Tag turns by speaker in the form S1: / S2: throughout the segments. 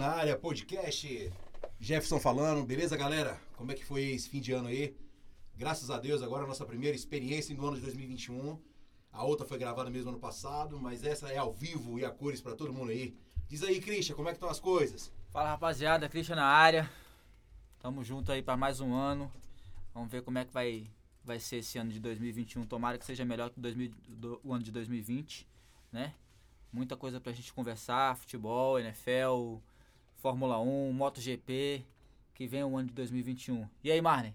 S1: Área Podcast. Jefferson falando, beleza, galera? Como é que foi esse fim de ano aí? Graças a Deus, agora a nossa primeira experiência no ano de 2021. A outra foi gravada mesmo ano passado, mas essa é ao vivo e a cores pra todo mundo aí. Diz aí, Christian, como é que estão as coisas?
S2: Fala rapaziada, Christian na área. Tamo junto aí pra mais um ano. Vamos ver como é que vai, vai ser esse ano de 2021. Tomara que seja melhor que 2000 do- o ano de 2020, né? Muita coisa pra gente conversar: futebol, NFL, Fórmula 1, MotoGP. Que vem o ano de 2021. E aí, Marne?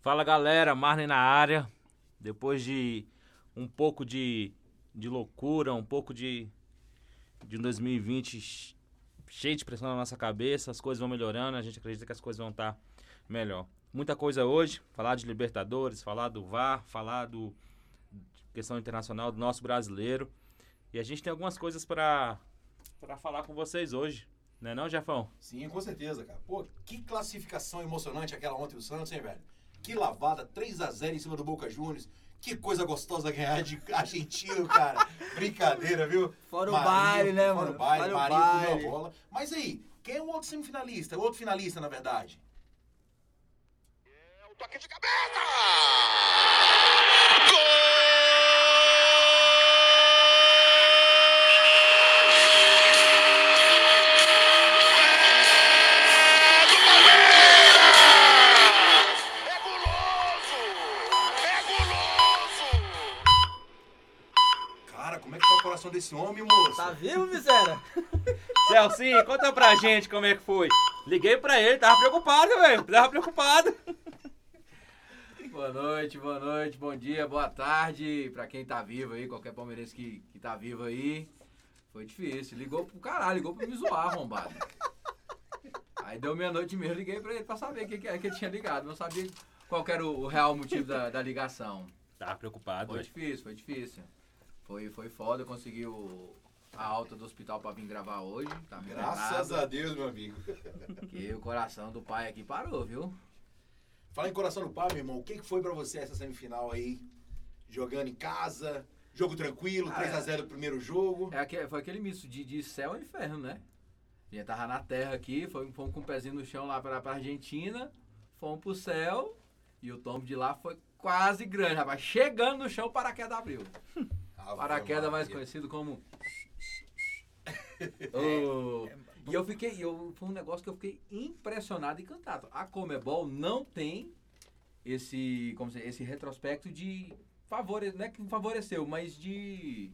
S3: Fala galera, Marley na área. Depois de um pouco de, de loucura, um pouco de, de um 2020 ch- cheio de pressão na nossa cabeça, as coisas vão melhorando, a gente acredita que as coisas vão estar melhor. Muita coisa hoje, falar de Libertadores, falar do VAR, falar do de questão internacional do nosso brasileiro. E a gente tem algumas coisas para falar com vocês hoje, né não, Jefão?
S1: Sim, com certeza, cara. Pô, que classificação emocionante aquela ontem do Santos, hein, velho? Que lavada, 3 a 0 em cima do Boca Juniors. Que coisa gostosa ganhar de argentino, cara. Brincadeira, viu?
S2: Fora o
S1: Marinho,
S2: baile, né,
S1: Fora
S2: mano?
S1: o baile,
S2: Fora o
S1: Marinho
S2: baile.
S1: comeu a bola. Mas aí, quem é o outro semifinalista? O outro finalista, na verdade?
S4: O toque de cabeça! Gol! É do Palmeiras! É guloso! É guloso!
S1: Cara, como é que tá o coração desse homem, moço?
S2: Tá vivo, miséria?
S3: Celcinho, conta pra gente como é que foi. Liguei pra ele, tava preocupado, velho. Tava preocupado.
S5: Boa noite, boa noite, bom dia, boa tarde pra quem tá vivo aí, qualquer palmeirense que, que tá vivo aí. Foi difícil, ligou pro caralho, ligou pra me zoar, arrombado. Aí deu meia-noite mesmo, liguei pra ele pra saber o que, que, é que ele tinha ligado, não sabia qual que era o, o real motivo da, da ligação.
S3: Tava preocupado,
S5: Foi difícil, foi difícil. Foi, foi foda, eu consegui o- a alta do hospital pra vir gravar hoje, tá
S1: Graças a Deus, meu amigo.
S5: Que o coração do pai aqui parou, viu?
S1: Fala em coração do pai, meu irmão. O que que foi pra você essa semifinal aí? Jogando em casa, jogo
S2: Ah,
S1: tranquilo, 3
S2: é.
S1: a 0 no primeiro jogo.
S5: É aque- foi aquele misto de, de céu e inferno, né? A gente tava na terra aqui, foi- fomos com o pezinho no chão lá pra, pra Argentina, fomos pro céu e o tombo de lá foi quase grande, rapaz. Chegando no chão, o paraquedas abriu.
S1: Ave
S5: Paraquedas mais
S1: Maria.
S5: conhecido como. Ô, É, E eu fiquei, eu, foi um negócio que eu fiquei impressionado e encantado. A Comebol não tem esse, como se, esse retrospecto de favore, não é que favoreceu, mas de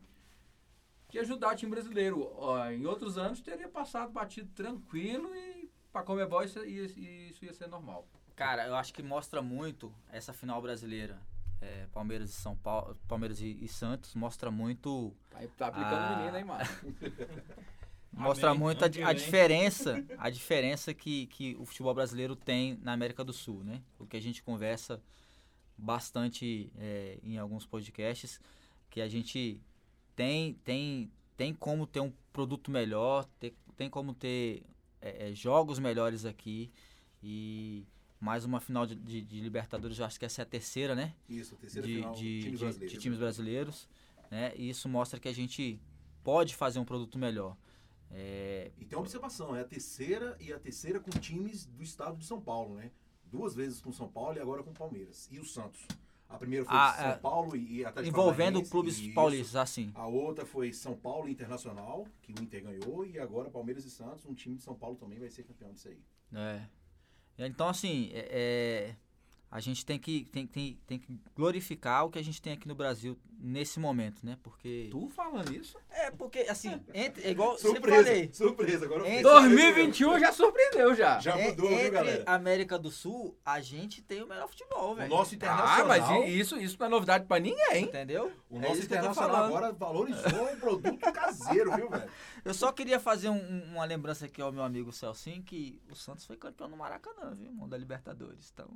S5: de ajudar o time brasileiro. Ó, em outros anos teria passado batido tranquilo e para Comebol isso, isso, isso ia ser normal.
S2: Cara, eu acho que mostra muito essa final brasileira. É, Palmeiras e São Paulo, Palmeiras e- e Santos mostra muito
S5: Aí tá aplicando
S2: Ah.
S5: o menino, hein, Márcio?
S2: Mostra
S6: Amém.
S2: muito a,
S6: Amém,
S2: di- a
S6: amém.
S2: diferença, a diferença que, que o futebol brasileiro tem na América do Sul, né? O que a gente conversa bastante é, em alguns podcasts, que a gente tem tem tem como ter um produto melhor, ter- tem como ter é, é, jogos melhores aqui e mais uma final de, de- de Libertadores, eu acho que essa é a terceira, né?
S1: Isso, terceira
S2: de,
S1: final,
S2: de-
S1: times
S2: de-
S1: brasileiros.
S2: de times brasileiros, né? E isso mostra que a gente pode fazer um produto melhor. É,
S1: E tem uma observação, é a terceira e a terceira com times do estado de São Paulo, né? Duas vezes com São Paulo e agora com o Palmeiras. E o Santos. A primeira foi
S2: Ah, é.
S1: São Paulo e até
S2: envolvendo clubes paulistas, assim.
S1: A outra foi São Paulo e Internacional, que o Inter ganhou, e agora Palmeiras e Santos, um time de São Paulo também vai ser campeão disso aí.
S2: né? Então, assim, é- é, a gente tem que, tem, tem, tem que glorificar o que a gente tem aqui no Brasil nesse momento, né? Porque.
S5: Tu falando isso?
S2: É, porque, assim, entre, é igual
S1: surpresa,
S2: sempre falei.
S1: surpresa, agora eu
S2: Em
S1: fiquei surpreso.
S5: 2021 já surpreendeu já.
S1: já
S2: é-
S1: mudou,
S2: entre
S1: viu, galera?
S2: América do Sul, a gente tem o melhor futebol,
S1: O
S2: velho.
S1: nosso
S5: Ah,
S1: internacional,
S5: mas i- isso, isso não é novidade pra ninguém.
S2: Entendeu?
S1: o
S2: É
S1: nosso
S2: isso que eu tô
S1: internacional
S2: falando.
S1: agora valorizou o produto caseiro, viu, velho?
S2: Eu só queria fazer um- uma lembrança aqui ao meu amigo Celcinho, que o Santos foi campeão no Maracanã, viu, irmão, da Libertadores. Então,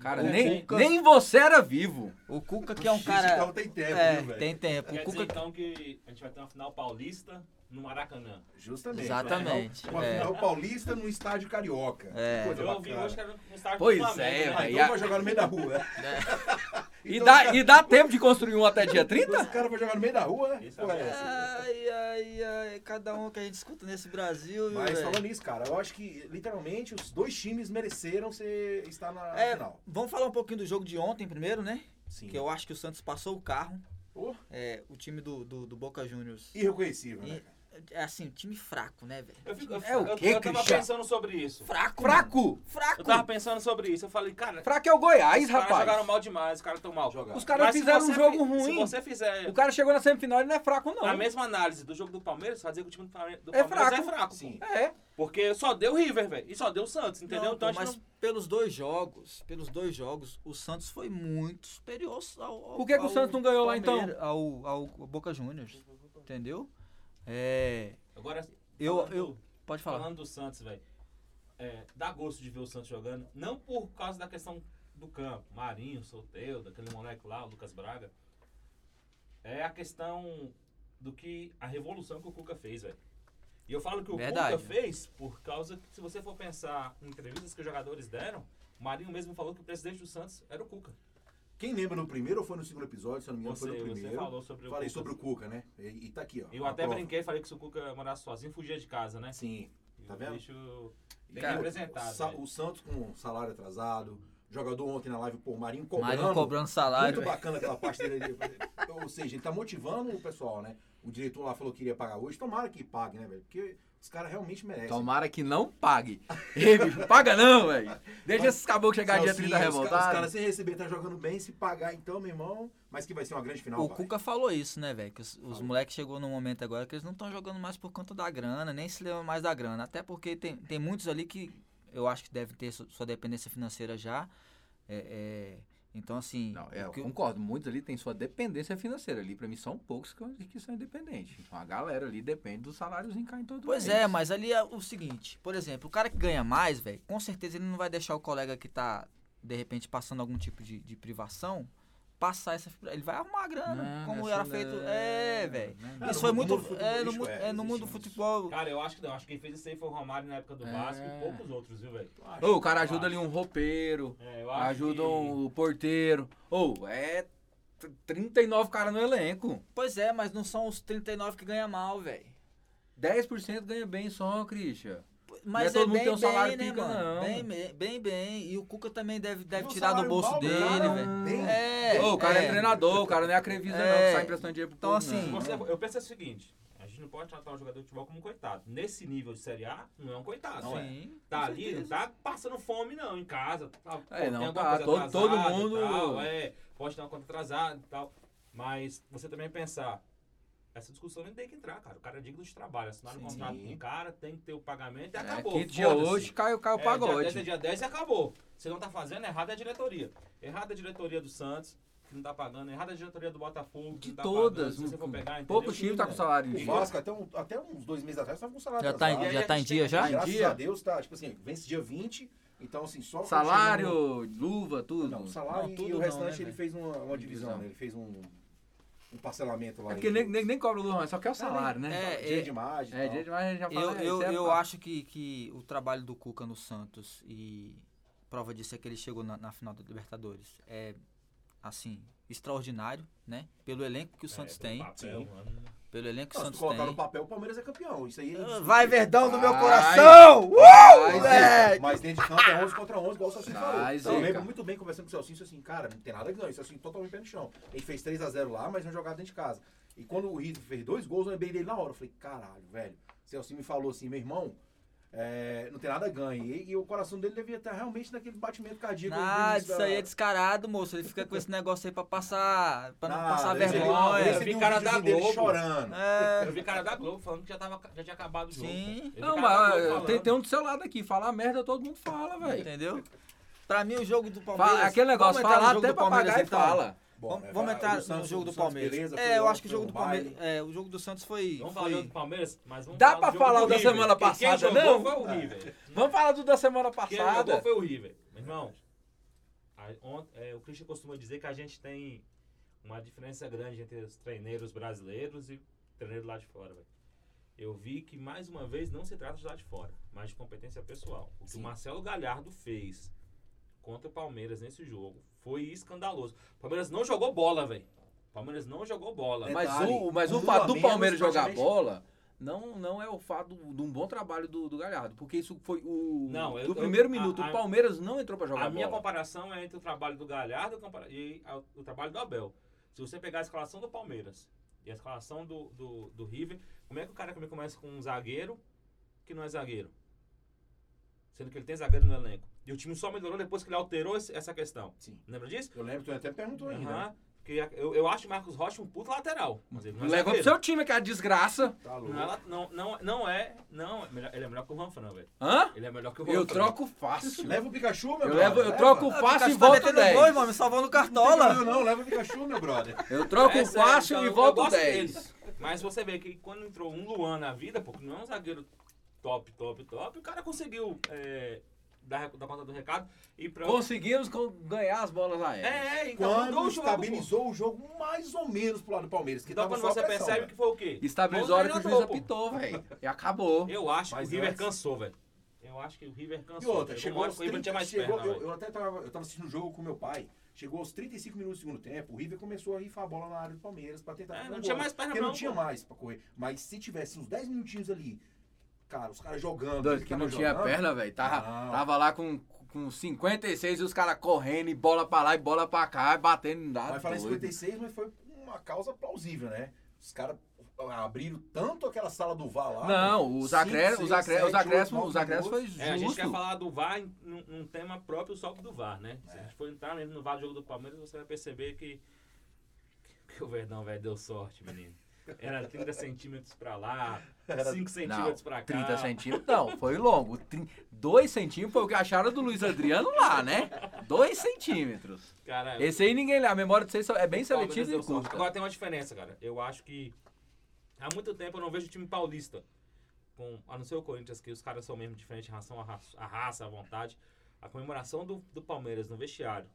S5: Cara,
S2: O
S5: nem,
S2: Cuca-
S5: nem você era vivo.
S2: o Cuca que é um
S1: Esse carro
S2: cara...
S1: tem tempo,
S2: É,
S1: viu, velho?
S2: tem tempo. O
S6: Quer dizer,
S2: Cuca...
S6: então que a gente vai ter uma final paulista no Maracanã.
S1: Justamente.
S2: Exatamente,
S1: Uma
S2: é.
S1: final paulista num estádio carioca. É. Coisa
S6: Eu ouvi
S1: bacana.
S6: hoje que era um estádio
S5: Pois
S6: do Flamengo.
S5: é,
S6: né?
S1: Ah,
S5: velho.
S1: então vai jogar no meio da rua.
S5: E
S1: Então, os
S5: dá,
S1: cara-
S5: e dá tempo de construir um até dia
S1: Os
S5: 30?
S1: caras vão jogar no meio da rua, né?
S3: Esse é
S1: Pô,
S3: o-
S1: é, assim.
S2: Ai, ai, ai, cada um que a gente escuta nesse Brasil, viu,
S1: Mas
S2: velho?
S1: falando nisso, cara, eu acho que literalmente os dois times mereceram ser, estar na na
S2: É,
S1: final.
S2: vamos falar um pouquinho do jogo de ontem primeiro, né?
S1: Sim.
S2: Que eu acho que o Santos passou o carro.
S1: Pô.
S2: É, o time do, do, do Boca Juniors.
S1: Irreconhecível, né?
S2: E- É assim, time fraco, né, velho?
S3: Eu, fico, eu,
S5: É o
S3: eu-
S5: quê,
S3: eu tava
S5: Cristiano?
S3: pensando sobre isso.
S2: Fraco!
S5: Fraco!
S2: mano. Fraco!
S3: Eu tava pensando sobre isso. Eu falei, cara,
S5: Fraco é o Goiás,
S3: os caras
S5: rapaz.
S3: jogaram mal demais, os caras tão mal.
S1: Jogaram.
S5: Os caras
S3: Mas se
S5: fizeram um
S3: você
S5: jogo
S3: fi- Se
S5: ruim.
S3: você fizer
S5: O cara chegou na semifinal e não é fraco, não.
S3: a mesma análise do jogo do Palmeiras, vai dizer que o time do Palme- do
S5: É
S3: Palmeiras é
S5: fraco.
S3: fraco.
S1: Sim.
S3: Sim.
S5: É.
S3: Porque só deu o River, velho. E só deu o Santos, entendeu?
S2: Não,
S3: então a
S2: pô,
S3: gente
S2: mas
S3: não...
S2: pelos dois jogos, pelos dois jogos, o Santos foi muito superior ao. ao
S5: Por que que o
S2: ao
S5: Santos não ganhou lá, então?
S2: Palmeiras- Ao, ao Boca Juniors. Entendeu? É.
S3: Agora,
S2: Eu.
S3: falando
S2: eu pode falar.
S3: Falando do Santos, velho. é, dá gosto de ver o Santos jogando. Não por causa da questão do campo. Marinho, Solteiro, daquele moleque lá, o Lucas Braga. É a questão do que. A revolução que o Cuca fez, velho. E eu falo que o
S2: Verdade.
S3: Cuca fez por causa que, se você for pensar em entrevistas que os jogadores deram, o Marinho mesmo falou que o presidente do Santos era o Cuca.
S1: Quem lembra no primeiro ou foi no segundo episódio, se eu não me engano,
S3: Você,
S1: foi no
S3: você
S1: primeiro.
S3: falou sobre o
S1: Falei
S3: Cuca.
S1: sobre o Cuca, né? E, e tá aqui, ó.
S3: Eu
S1: a
S3: até
S1: prova.
S3: brinquei, falei que se o Cuca morasse sozinho, fugia de casa, né?
S1: Sim.
S3: E
S1: Tá
S3: o
S1: vendo?
S3: bicho tem
S1: Cara,
S3: representado. né?
S1: o Sa-
S3: velho.
S1: o Santos com salário atrasado, jogador ontem na live, pô, o Marinho cobrando.
S2: Marinho cobrando salário.
S1: Muito bacana aquela parte dele. ali. Ou seja, ele tá motivando o pessoal, né? O diretor lá falou que iria pagar hoje. Tomara que pague, né, velho? Porque os caras realmente merecem.
S5: Tomara que não pague. Ei, bicho, paga não, velho. Deixa
S1: Mas-
S5: esses caboclos chegar dia
S1: Celcinho,
S5: 30
S1: Os caras os
S5: revoltados.
S1: caras sem receber, tá jogando bem. Se pagar, então, meu irmão. Mas que vai ser uma grande final.
S2: O
S1: vai.
S2: Cuca falou isso, né, velho? Que os, os
S1: Falou.
S2: moleques chegou num momento agora que eles não estão jogando mais por conta da grana, nem se lembram mais da grana. Até porque tem, tem muitos ali que eu acho que devem ter su- sua dependência financeira já. É, é, então, assim.
S5: Não,
S2: o
S5: é, eu
S2: que-
S5: concordo. Muitos ali têm sua dependência financeira. Ali, pra mim, são poucos que, que são independentes. Então, a galera ali depende dos salários em cá em todo
S2: Pois
S5: mês.
S2: é, mas ali é o seguinte, por exemplo, o cara que ganha mais, velho, com certeza ele não vai deixar o colega que tá, de repente, passando algum tipo de, de privação, passar essa. Ele vai arrumar a grana,
S5: Não,
S2: como
S5: essa
S2: era
S5: não-
S2: feito. É, velho.
S5: não,
S1: Ah,
S5: não.
S2: Isso
S1: no
S2: foi
S1: mundo
S2: muito. É, no,
S1: futebolístico,
S2: mu-
S1: é,
S2: é, no mundo do
S1: existe isso.
S2: futebol.
S3: Cara, eu acho que não. Acho que quem fez isso aí foi o Romário na época do
S5: É.
S3: Vasco e poucos outros, viu, velho?
S5: Ô, o cara ajuda ali um roupeiro,
S3: É, eu acho
S5: ajuda
S3: que-
S5: um porteiro. Ou, é tr- 39 caras no elenco.
S2: Pois é, mas não são os 39 que ganha mal, velho.
S5: 10% ganha bem só, Christian.
S2: Mas
S5: Não é todo
S2: é
S5: mundo
S2: bem,
S5: tem um salário
S2: bem,
S5: pica,
S2: né, mano?
S5: não.
S2: Bem, me- bem, bem. E o Cuca também deve, deve
S1: E um
S2: tirar do
S1: salário
S2: bolso
S1: mal,
S2: dele,
S1: cara,
S2: velho.
S1: tem.
S2: É,
S5: Ô, o cara é, treinador, o cara não é a Crevisa, não,
S2: É.
S5: que sai emprestando dinheiro pro né?
S2: Então,
S5: povo,
S2: assim,
S5: não.
S3: Você- eu penso é o seguinte. A gente não pode tratar um jogador de futebol como um coitado. Nesse nível de Série A, não é um coitado.
S1: Não é.
S2: Sim,
S3: Tá
S2: com
S3: ali, não
S2: certeza.
S3: tá passando fome, não, em casa. Tá, pô,
S5: É, não,
S3: tem alguma
S5: tá,
S3: coisa
S5: todo- todo
S3: atrasada e
S5: mundo-
S3: tal, é, pode ter uma conta atrasada e tal. Mas você também pensar, essa discussão nem tem que entrar, cara. O cara é digno de trabalho. Assinaram um
S1: Sim.
S3: contrato com o cara, tem que ter o pagamento e
S5: É,
S3: acabou.
S5: que dia
S3: foda-se.
S5: hoje caiu, caiu o
S3: É, dia 10 é
S5: pagode.
S3: dia 10 e acabou. Você não tá fazendo, errado é a diretoria. Errado é a diretoria do Santos, que não tá pagando. Errado é a diretoria do Botafogo, que
S5: De
S3: não tá
S5: todas,
S3: pagando. Se você for
S5: um-
S3: pegar,
S5: pouco
S3: entendeu?
S5: time tá com salário em
S1: O
S5: dia.
S1: Vasco, até, um- até uns dois meses atrás, tava com salário
S2: Já tá, em-
S1: atrasado.
S2: já tá em dia já?
S5: Tá em
S1: Graças
S5: dia?
S1: a Deus, tá. Tipo assim, vence dia 20. Então, assim, só...
S5: Salário, luva, tudo.
S1: Não, o salário
S2: Não,
S1: e
S2: tudo
S1: o
S2: não,
S1: restante
S2: né,
S1: ele
S2: velho?
S1: fez uma, uma divisão,
S5: Divisão.
S1: né? Ele fez um, um parcelamento lá.
S5: É porque
S1: entre-
S5: nem, nem, nem cobra luva, mas só quer o salário, né?
S2: É,
S1: Dia de imagem e
S5: É,
S1: tal.
S5: dia demais a gente já
S2: Eu,
S5: fala. é,
S2: eu,
S5: isso é
S2: eu
S5: fato.
S2: acho que, que o trabalho do Cuca no Santos e prova disso é que ele chegou na, na final da Libertadores é, assim, extraordinário, né? Pelo elenco que o Santos
S3: É,
S2: tem,
S3: papel,
S1: Sim.
S3: mano.
S2: pelo elenco que o
S1: Não, se tu
S2: Santos
S1: colocar
S2: tem. Ah,
S1: no papel, o Palmeiras é campeão. Isso aí. é indiscutível.
S2: Vai, Verdão do meu
S5: Ai,
S2: coração!
S5: ai,
S2: Uh, moleque!
S1: Mas dentro de campo é 11 contra 11, igual o Celcinho
S5: Ai,
S1: falou.
S5: Zica.
S1: eu lembro muito bem conversando com o Celcinho, assim, cara, não tem nada que não. Isso assim, totalmente pé no chão. Ele fez 3x0 lá, mas não jogava dentro de casa. E quando o Rizzo fez dois gols, eu lembrei dele na hora. Eu falei, caralho, velho. O Celcinho me falou assim, meu irmão, é, não tem nada ganho. E, e o coração dele devia estar realmente naquele batimento cardíaco. no
S2: Ah,
S1: início
S2: isso
S1: da-
S2: aí é descarado, moço. Ele fica com esse negócio aí pra passar. pra não
S1: Nada,
S2: passar
S1: eu recebi-
S2: vergonha.
S1: Eu recebi um
S3: Cara da
S1: videozinho dele
S3: Globo.
S1: chorando.
S2: É,
S3: Eu vi cara da Globo falando que já, tava, já tinha acabado o jogo.
S2: Sim.
S3: cara. é Eu vi
S5: Não,
S3: cara da
S5: mas
S3: Globo
S5: tem,
S3: falando.
S5: tem um do seu lado aqui. Falar merda, todo mundo fala, velho.
S2: entendeu? Pra mim, o jogo do Palmeiras. é
S5: Fala, aquele
S2: Vamos
S5: negócio,
S2: entrar tá no
S5: falar
S2: jogo
S5: até
S2: do
S5: pra
S2: Palmeiras,
S5: pagar e
S2: então?
S5: fala.
S1: Bom,
S2: vamos,
S1: né,
S2: vamos
S1: vai,
S2: entrar
S1: o Santos-
S2: no jogo do
S1: o Santos,
S2: Palmeiras.
S1: beleza, foi
S2: é, eu
S1: ótimo,
S2: acho que o jogo
S1: foi
S2: do
S1: um baile.
S2: Palmeiras. É, o jogo do Santos foi.
S3: Vamos falar
S2: foi...
S3: do do Palmeiras, mas vamos
S5: Dá
S3: falar
S5: pra
S3: do jogo
S5: falar
S3: do
S5: o da
S3: River,
S5: semana
S3: que quem
S5: passada,
S3: jogou
S5: não?
S3: Foi o River.
S5: Vamos falar do da semana
S3: Quem jogou
S5: passada.
S3: foi o River. Meu irmão, a- ont- é, o Christian costuma dizer que a gente tem uma diferença grande entre os treineiros brasileiros e treineiros lá de fora, velho. Eu vi que, mais uma vez, não se trata de lá de fora, mas de competência pessoal. O que o Marcelo Galhardo fez com contra o Palmeiras nesse jogo. Foi escandaloso. O Palmeiras não jogou bola, velho. O Palmeiras não jogou bola.
S5: Mas
S1: Detalhe,
S5: o, mas o
S1: um
S5: fato
S1: a
S5: do
S1: menos,
S5: Palmeiras jogar
S1: praticamente.
S5: bola não, não é o fato de um bom trabalho do, do Galhardo, porque isso foi o.
S3: Não, eu-
S5: do
S3: eu-
S5: primeiro
S3: a-
S5: minuto,
S3: a-
S5: o Palmeiras não entrou pra jogar
S3: a minha
S5: bola.
S3: comparação é entre o trabalho do Galhardo e o compara- e a- o trabalho do Abel. Se você pegar a escalação do Palmeiras e a escalação do, do, do River, como é que o cara come- começa com um zagueiro que não é zagueiro? Sendo que ele tem zagueiro no elenco. E o time só melhorou depois que ele alterou esse- essa questão.
S1: Sim.
S3: Lembra disso?
S1: Eu lembro, tu até perguntou ainda. né?
S3: Aham. Porque a- eu, eu acho o Marcos Rocha um puto lateral. Mas ele não é
S5: Leva pro
S3: zagueiro.
S5: seu time, que é a desgraça.
S1: Tá louco.
S3: Não é, la- não, não, não é. Não, é melhor- ele é melhor que o Ranfran, velho.
S5: Hã?
S3: Ele é melhor que o Ranfran.
S5: Eu troco fácil.
S1: Leva o Pikachu, meu
S5: Eu,
S1: brother.
S5: levo, eu
S1: leva.
S5: troco fácil e volto
S2: Ah, tá metendo gol,
S5: 10.
S2: irmão, me salvou
S1: Não
S2: no
S1: tem problema
S2: cartola.
S1: Não, leva o Pikachu, meu brother.
S5: Eu troco
S3: É sério,
S5: fácil
S3: então,
S5: e
S3: eu
S5: volto
S3: gosto
S5: 10.
S3: deles. Mas você vê que quando entrou um Luan na vida, porque não é um zagueiro top, top, top, o cara conseguiu é, dar, dar conta do recado e pra.
S5: Conseguimos co- ganhar as bolas
S3: É,
S5: aéreas.
S3: é, então mudou
S1: Quando
S3: o jogo. pô.
S1: estabilizou o jogo mais ou menos pro lado do Palmeiras. Que
S3: Então
S1: tava
S3: quando
S1: só a
S3: você
S1: pressão, né?
S3: percebe
S1: velho.
S3: que foi o quê?
S5: Estabilizou a hora que o
S3: Não
S5: juiz
S3: treinador, pô.
S5: apitou, velho. E acabou.
S3: Eu acho
S1: Mas
S3: que o River
S1: antes-
S3: cansou, velho. Eu acho que o River cansou.
S1: E outra,
S3: velho.
S1: chegou
S3: Uma hora
S1: aos
S3: que o River
S1: 30,
S3: tinha mais
S1: chegou,
S3: perna,
S1: eu,
S3: velho.
S1: eu até tava, eu tava assistindo um jogo com meu pai. Chegou aos 35 minutos do segundo tempo, o River começou a rifar a bola na área do Palmeiras pra tentar
S3: É,
S1: fazer
S3: não
S1: um
S3: tinha
S1: gol,
S3: mais perna
S1: porque não,
S3: não,
S1: tinha
S3: pô.
S1: mais pra correr. Mas se tivesse uns 10 minutinhos ali, cara, os caras jogando,
S5: Doido,
S1: eles
S5: que não
S1: tavam
S5: tinha
S1: Tá jogando,
S5: perna, velho. Tava,
S3: tá
S1: Não.
S5: tava lá com, com 56 e os caras correndo e bola pra lá e bola pra cá, e batendo em nada.
S1: Vai falar em
S5: doido.
S1: 56, mas foi uma causa plausível, né? Os caras abriram tanto aquela sala do VAR lá. né?
S5: Não, os acréscimos, os acréscimos, os acréscimos, os acréscimos
S1: acréscimos
S5: foi
S3: É, a gente quer
S5: justo.
S3: falar do VAR em- num, num tema próprio só do VAR, né? Se a gente for entrar mesmo no VAR do jogo do Palmeiras, você vai perceber que, que o Verdão, velho, deu sorte, menino. Era 30 centímetros pra lá, 5
S5: Não,
S3: centímetros pra cá.
S5: 30 centímetros, não, foi longo. 2 centímetros foi o que acharam do Luiz Adriano lá, né? 2 centímetros.
S3: Cara,
S5: Esse aí ninguém lembra, a memória de vocês só- é bem
S3: o Palmeiras
S5: seletiva
S3: deu
S5: e
S3: sorte.
S5: curta.
S3: tá? Agora tem uma diferença, cara. Eu acho que há muito tempo eu não vejo o time paulista, com, a não ser o Corinthians, que os caras são mesmo diferentes em relação à raça, à, raça, à vontade. A comemoração do, do Palmeiras no vestiário,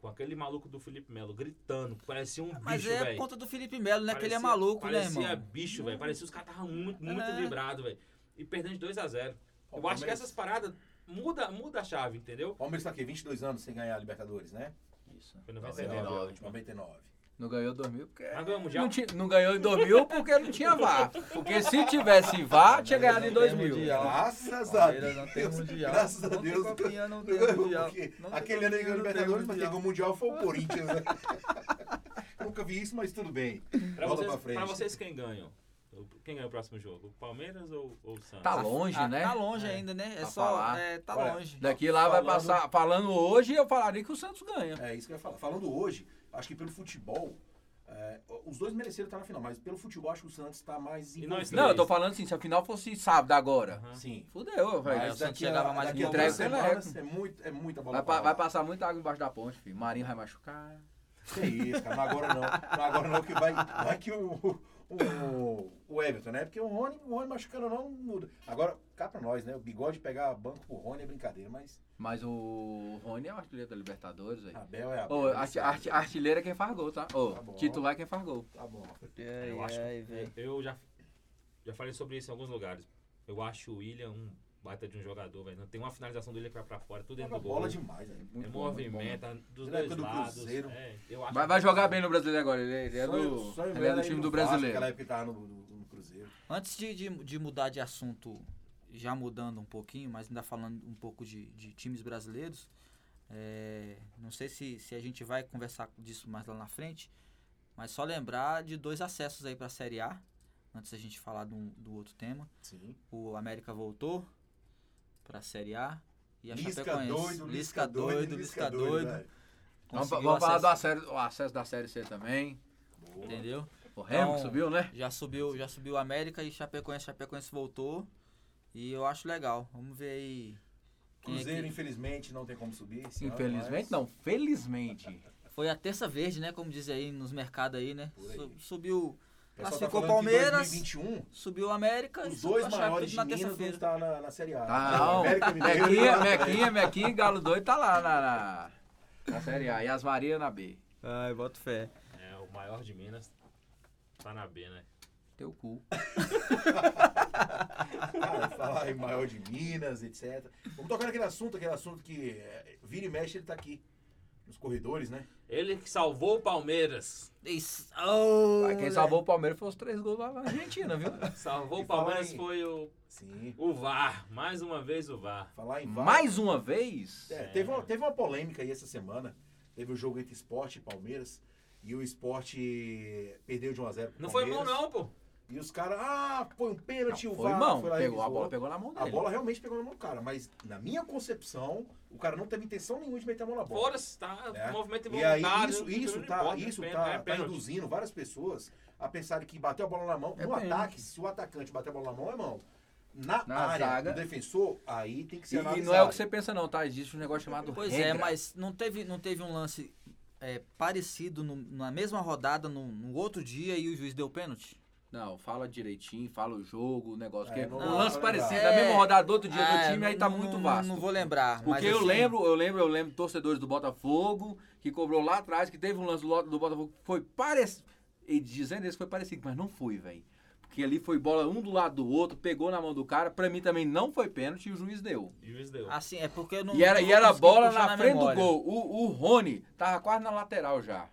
S3: com aquele maluco do Felipe Melo gritando, parecia um
S2: Mas
S3: bicho,
S2: é
S3: velho.
S2: por conta do Felipe Melo, né? Que ele é
S3: Parecia-
S2: maluco, né,
S3: parecia
S2: irmão?
S3: bicho, velho. Parecia os caras estavam muito, muito
S2: É.
S3: vibrados, velho. E perdendo de 2x0. Eu
S1: Palmeiras-
S3: acho que essas paradas muda, muda a chave, entendeu?
S1: O Palmeiras tá aqui, 22 anos sem ganhar a Libertadores, né?
S2: Isso.
S3: Foi 99. a última.
S1: 99.
S5: Não ganhou em 2000 porque...
S3: Mas ganhou o Mundial?
S5: Não, tinha- não ganhou em 2000 porque não tinha VAR. Porque se tivesse VAR, tinha ganhado em 2000.
S1: Graças a
S2: Palmeiras
S1: Deus.
S2: não tem mundial.
S1: Graças a
S2: Não tem
S1: Deus.
S2: campeão, não
S1: não
S2: tem
S1: ganhou,
S2: mundial.
S1: porque
S2: Não tem
S1: Aquele ano ele ganhou
S2: campeão, não tem
S1: Libertadores, mas
S2: mundial.
S1: quem ganhou o Mundial foi o Corinthians, né? Nunca vi isso, mas tudo bem.
S3: Pra
S1: Bola
S3: vocês,
S1: pra frente.
S3: pra vocês, quem ganha? O- Quem ganha o próximo jogo? O Palmeiras ou, ou o Santos?
S5: Tá longe,
S2: Ah,
S5: né?
S2: Tá longe ainda, né? É
S5: Pra
S2: só.
S5: falar.
S2: É, tá
S1: Olha,
S2: longe.
S5: Daqui lá vai
S1: Falando-
S5: passar. Falando hoje, eu falaria que o Santos ganha.
S1: É isso que eu ia falar. Falando hoje, acho que pelo futebol, é, os dois mereceram estar na final, mas pelo futebol acho que o Santos tá mais
S3: E nós
S1: envolvido.
S5: Não, eu tô falando assim, se a final fosse sábado agora.
S1: Sim.
S5: Fudeu,
S2: Mas
S5: velho.
S2: o Santos chegava mais
S1: daqui a
S5: envolvido.
S1: três
S5: Entrega,
S1: semanas é, muito, é muita bola
S5: Vai, pa-
S1: pra
S5: vai
S1: rolar.
S5: passar muita água embaixo da ponte, filho. Marinho vai machucar.
S1: Que isso, cara. Não agora não. Não agora não, que vai, vai que o, o, o Everton, né? Porque o Rony, o Rony machucando ou não muda. Agora, cá pra nós, né? O bigode pegar banco pro Rony é brincadeira, mas
S5: Mas o Rony é o artilheiro da Libertadores, velho.
S1: Abel é Abel.
S5: Ô,
S1: ele
S5: arti-
S1: sabe.
S5: arti- artilheiro é quem faz gol, tá? Ô,
S1: Tá bom.
S5: titular é quem faz gol.
S1: Tá bom.
S5: é
S2: Ai,
S3: Eu acho.
S2: ai, É, velho.
S3: Eu já, já falei sobre isso em alguns lugares. Eu acho o William um baita de um jogador, velho. Não tem uma finalização do William que vai pra fora, tudo dentro
S1: Joga
S3: do gol.
S1: bola demais, né?
S5: Muito
S3: é
S5: bom, muito bom.
S3: movimento, dos
S1: Ele é
S3: dois
S1: do
S3: lados.
S1: Cruzeiro.
S3: é, eu acho
S5: Vai, vai jogar bem no brasileiro agora. Ele, ele é
S1: Sonho- sonho
S5: do, ele é
S1: meu
S5: do
S1: era
S5: time
S1: ir
S5: do
S1: no Vasco,
S5: brasileiro.
S1: Aquela época que tava no, no- no Cruzeiro.
S2: Antes de, de, de mudar de assunto, já mudando um pouquinho, mas ainda falando um pouco de, de times brasileiros, é, não sei se, se a gente vai conversar disso mais lá na frente, mas só lembrar de dois acessos aí para a Série A, antes da gente falar do, do outro tema.
S1: Sim.
S2: O América voltou para a Série A e a
S1: Lisca
S2: Chapecoense.
S1: doido, Lisca doido, Lisca doido.
S5: Vamos,
S2: conseguiu
S5: vamos falar do
S2: acesso,
S5: acesso, o acesso da Série C também. é
S1: velho.
S2: Entendeu?
S5: O Remo que
S2: Então,
S5: subiu, né?
S2: Já subiu, já subiu a América e Chapecoense, Chapecoense voltou. E eu acho legal. Vamos ver aí. Quem é
S1: Cruzeiro,
S2: que-
S1: infelizmente, não tem como subir. esse ano,
S5: Infelizmente,
S1: mas-
S5: não. Felizmente.
S2: Foi a terça verde, né? Como dizem aí nos mercados aí, né?
S1: Por aí.
S2: Su- subiu,
S1: O pessoal
S2: Classificou
S1: tá falando que em
S2: Palmeiras.
S1: 2021,
S2: subiu a América e
S1: os
S2: subiu
S1: dois
S2: a
S1: maiores
S2: Chapecoense
S1: de
S2: na
S1: Minas vão
S2: terça-feira.
S1: estar na, na Série A.
S5: Tá,
S1: Ah, O
S5: não.
S1: América Mineiro
S5: Mequinha,
S1: lá,
S5: Mequinha, Mequinha e Galo Doido tá lá na, na, na Série A. E as Maria na B.
S2: Ai, boto fé.
S3: É, o maior de Minas tá na B, né?
S5: Teu cu.
S1: Ah, falar em maior de Minas, etc. Vamos tocar naquele assunto, aquele assunto que é, vira e mexe, ele tá aqui. Nos corredores, né?
S3: Ele que salvou o Palmeiras.
S2: Isso. Oh,
S5: Ah, Quem salvou o Palmeiras foi os três gols lá na Argentina, viu?
S3: Salvou
S1: E
S3: o Palmeiras
S1: falar em-
S3: foi o,
S1: Sim.
S3: o VAR. Mais uma vez o VAR.
S1: Falar em VAR.
S5: Mais uma vez.
S1: É, teve, uma, teve uma polêmica aí essa semana. Teve o jogo entre esporte e Palmeiras. E o esporte perdeu de 1x0.
S3: Não foi bom não, pô.
S1: E os caras, ah, foi um pênalti, o
S5: Foi,
S1: VAR
S5: irmão.
S1: foi lá e
S5: Pegou a
S1: revisou.
S5: bola, pegou na mão
S1: A
S5: dele.
S1: bola realmente pegou na mão do cara, mas na minha concepção, o cara não teve intenção nenhuma de meter a mão na bola.
S3: Fora-se, tá?
S1: né?
S3: Movimento
S1: E aí
S3: involuntário.
S1: isso,
S3: não
S1: isso tá,
S3: importa,
S1: isso
S3: é
S1: tá,
S3: pênalti, é
S1: tá
S3: pênalti.
S1: induzindo várias pessoas a pensarem que bateu a bola na mão.
S5: É
S1: no
S5: pênalti.
S1: ataque, se o atacante bater a bola na mão, é mão. Na,
S5: Na
S1: área
S5: zaga.
S1: do defensor, aí tem que
S5: E,
S1: ser
S5: e
S1: analisado.
S5: não é o que você pensa, não, tá? Existe um negócio chamado.
S2: Pois é,
S5: regra.
S2: mas não teve, não teve um lance é, parecido no- na mesma rodada no, no outro dia e o juiz deu pênalti?
S5: Não, fala direitinho, fala o jogo, o negócio.
S1: É,
S5: que...
S1: não
S5: o
S1: vou
S5: lance
S1: lembrar.
S5: parecido,
S2: É.
S5: na mesma rodada do outro dia
S2: Ah,
S5: do time, aí tá
S2: não-
S5: muito
S2: não-
S5: vasto.
S2: Não vou lembrar.
S5: Porque
S2: mas
S5: eu
S2: assim,
S5: lembro, eu lembro, eu lembro torcedores do Botafogo que cobrou lá atrás, que teve um lance do, do Botafogo que foi parecido. E dizendo isso foi parecido, mas não foi, velho. Porque ali foi bola um do lado do outro, pegou na mão do cara, pra mim também não foi pênalti e o juiz deu.
S3: E o juiz deu.
S2: Assim, é porque eu não.
S5: Então. E era,
S2: não
S5: e era a
S2: consegui
S5: bola
S2: puxar
S5: na frente
S2: memória.
S5: do gol. O, o Rony tava quase na lateral já.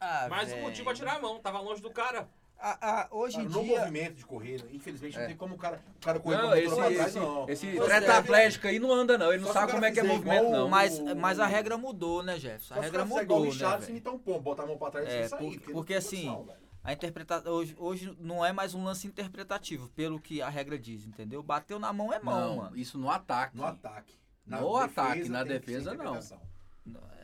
S2: Ah,
S3: Mas o
S2: velho.
S3: motivo é tirar a mão, tava longe do cara.
S2: Ah, ah, hoje
S1: Cara,
S2: em
S1: no
S2: dia.
S1: movimento de correr, né? infelizmente
S5: É.
S1: não tem como o cara, o cara correr
S5: Não,
S1: com a
S5: esse,
S1: motora pra trás,
S5: esse,
S1: não.
S5: esse
S2: Pois
S5: treta
S2: é.
S5: atlético aí não anda, não. Ele não
S1: Só se
S5: sabe
S1: o
S5: como
S1: cara
S5: é que é
S1: fizer
S5: movimento,
S1: igual
S5: não.
S1: o-
S2: Mas, mas a regra mudou, né,
S1: Só
S2: Jefferson? A
S1: se o
S2: regra
S1: cara
S3: é
S1: fizer igual
S2: mudou,
S1: o
S2: né?
S1: Richarlison,
S2: velho?
S1: imitar um pombo, botar a mão pra trás e
S2: É,
S1: sair.
S2: porque-
S1: não
S2: porque
S1: tem
S2: assim,
S1: condição, velho.
S3: então.
S2: A interpreta... hoje, hoje não é mais um lance interpretativo, pelo que a regra diz, entendeu? Bateu na mão é mão,
S5: Não,
S2: mano.
S5: isso no ataque.
S1: No ataque.
S5: No ataque, na
S1: tem que ser
S5: defesa, não.
S1: interpretação.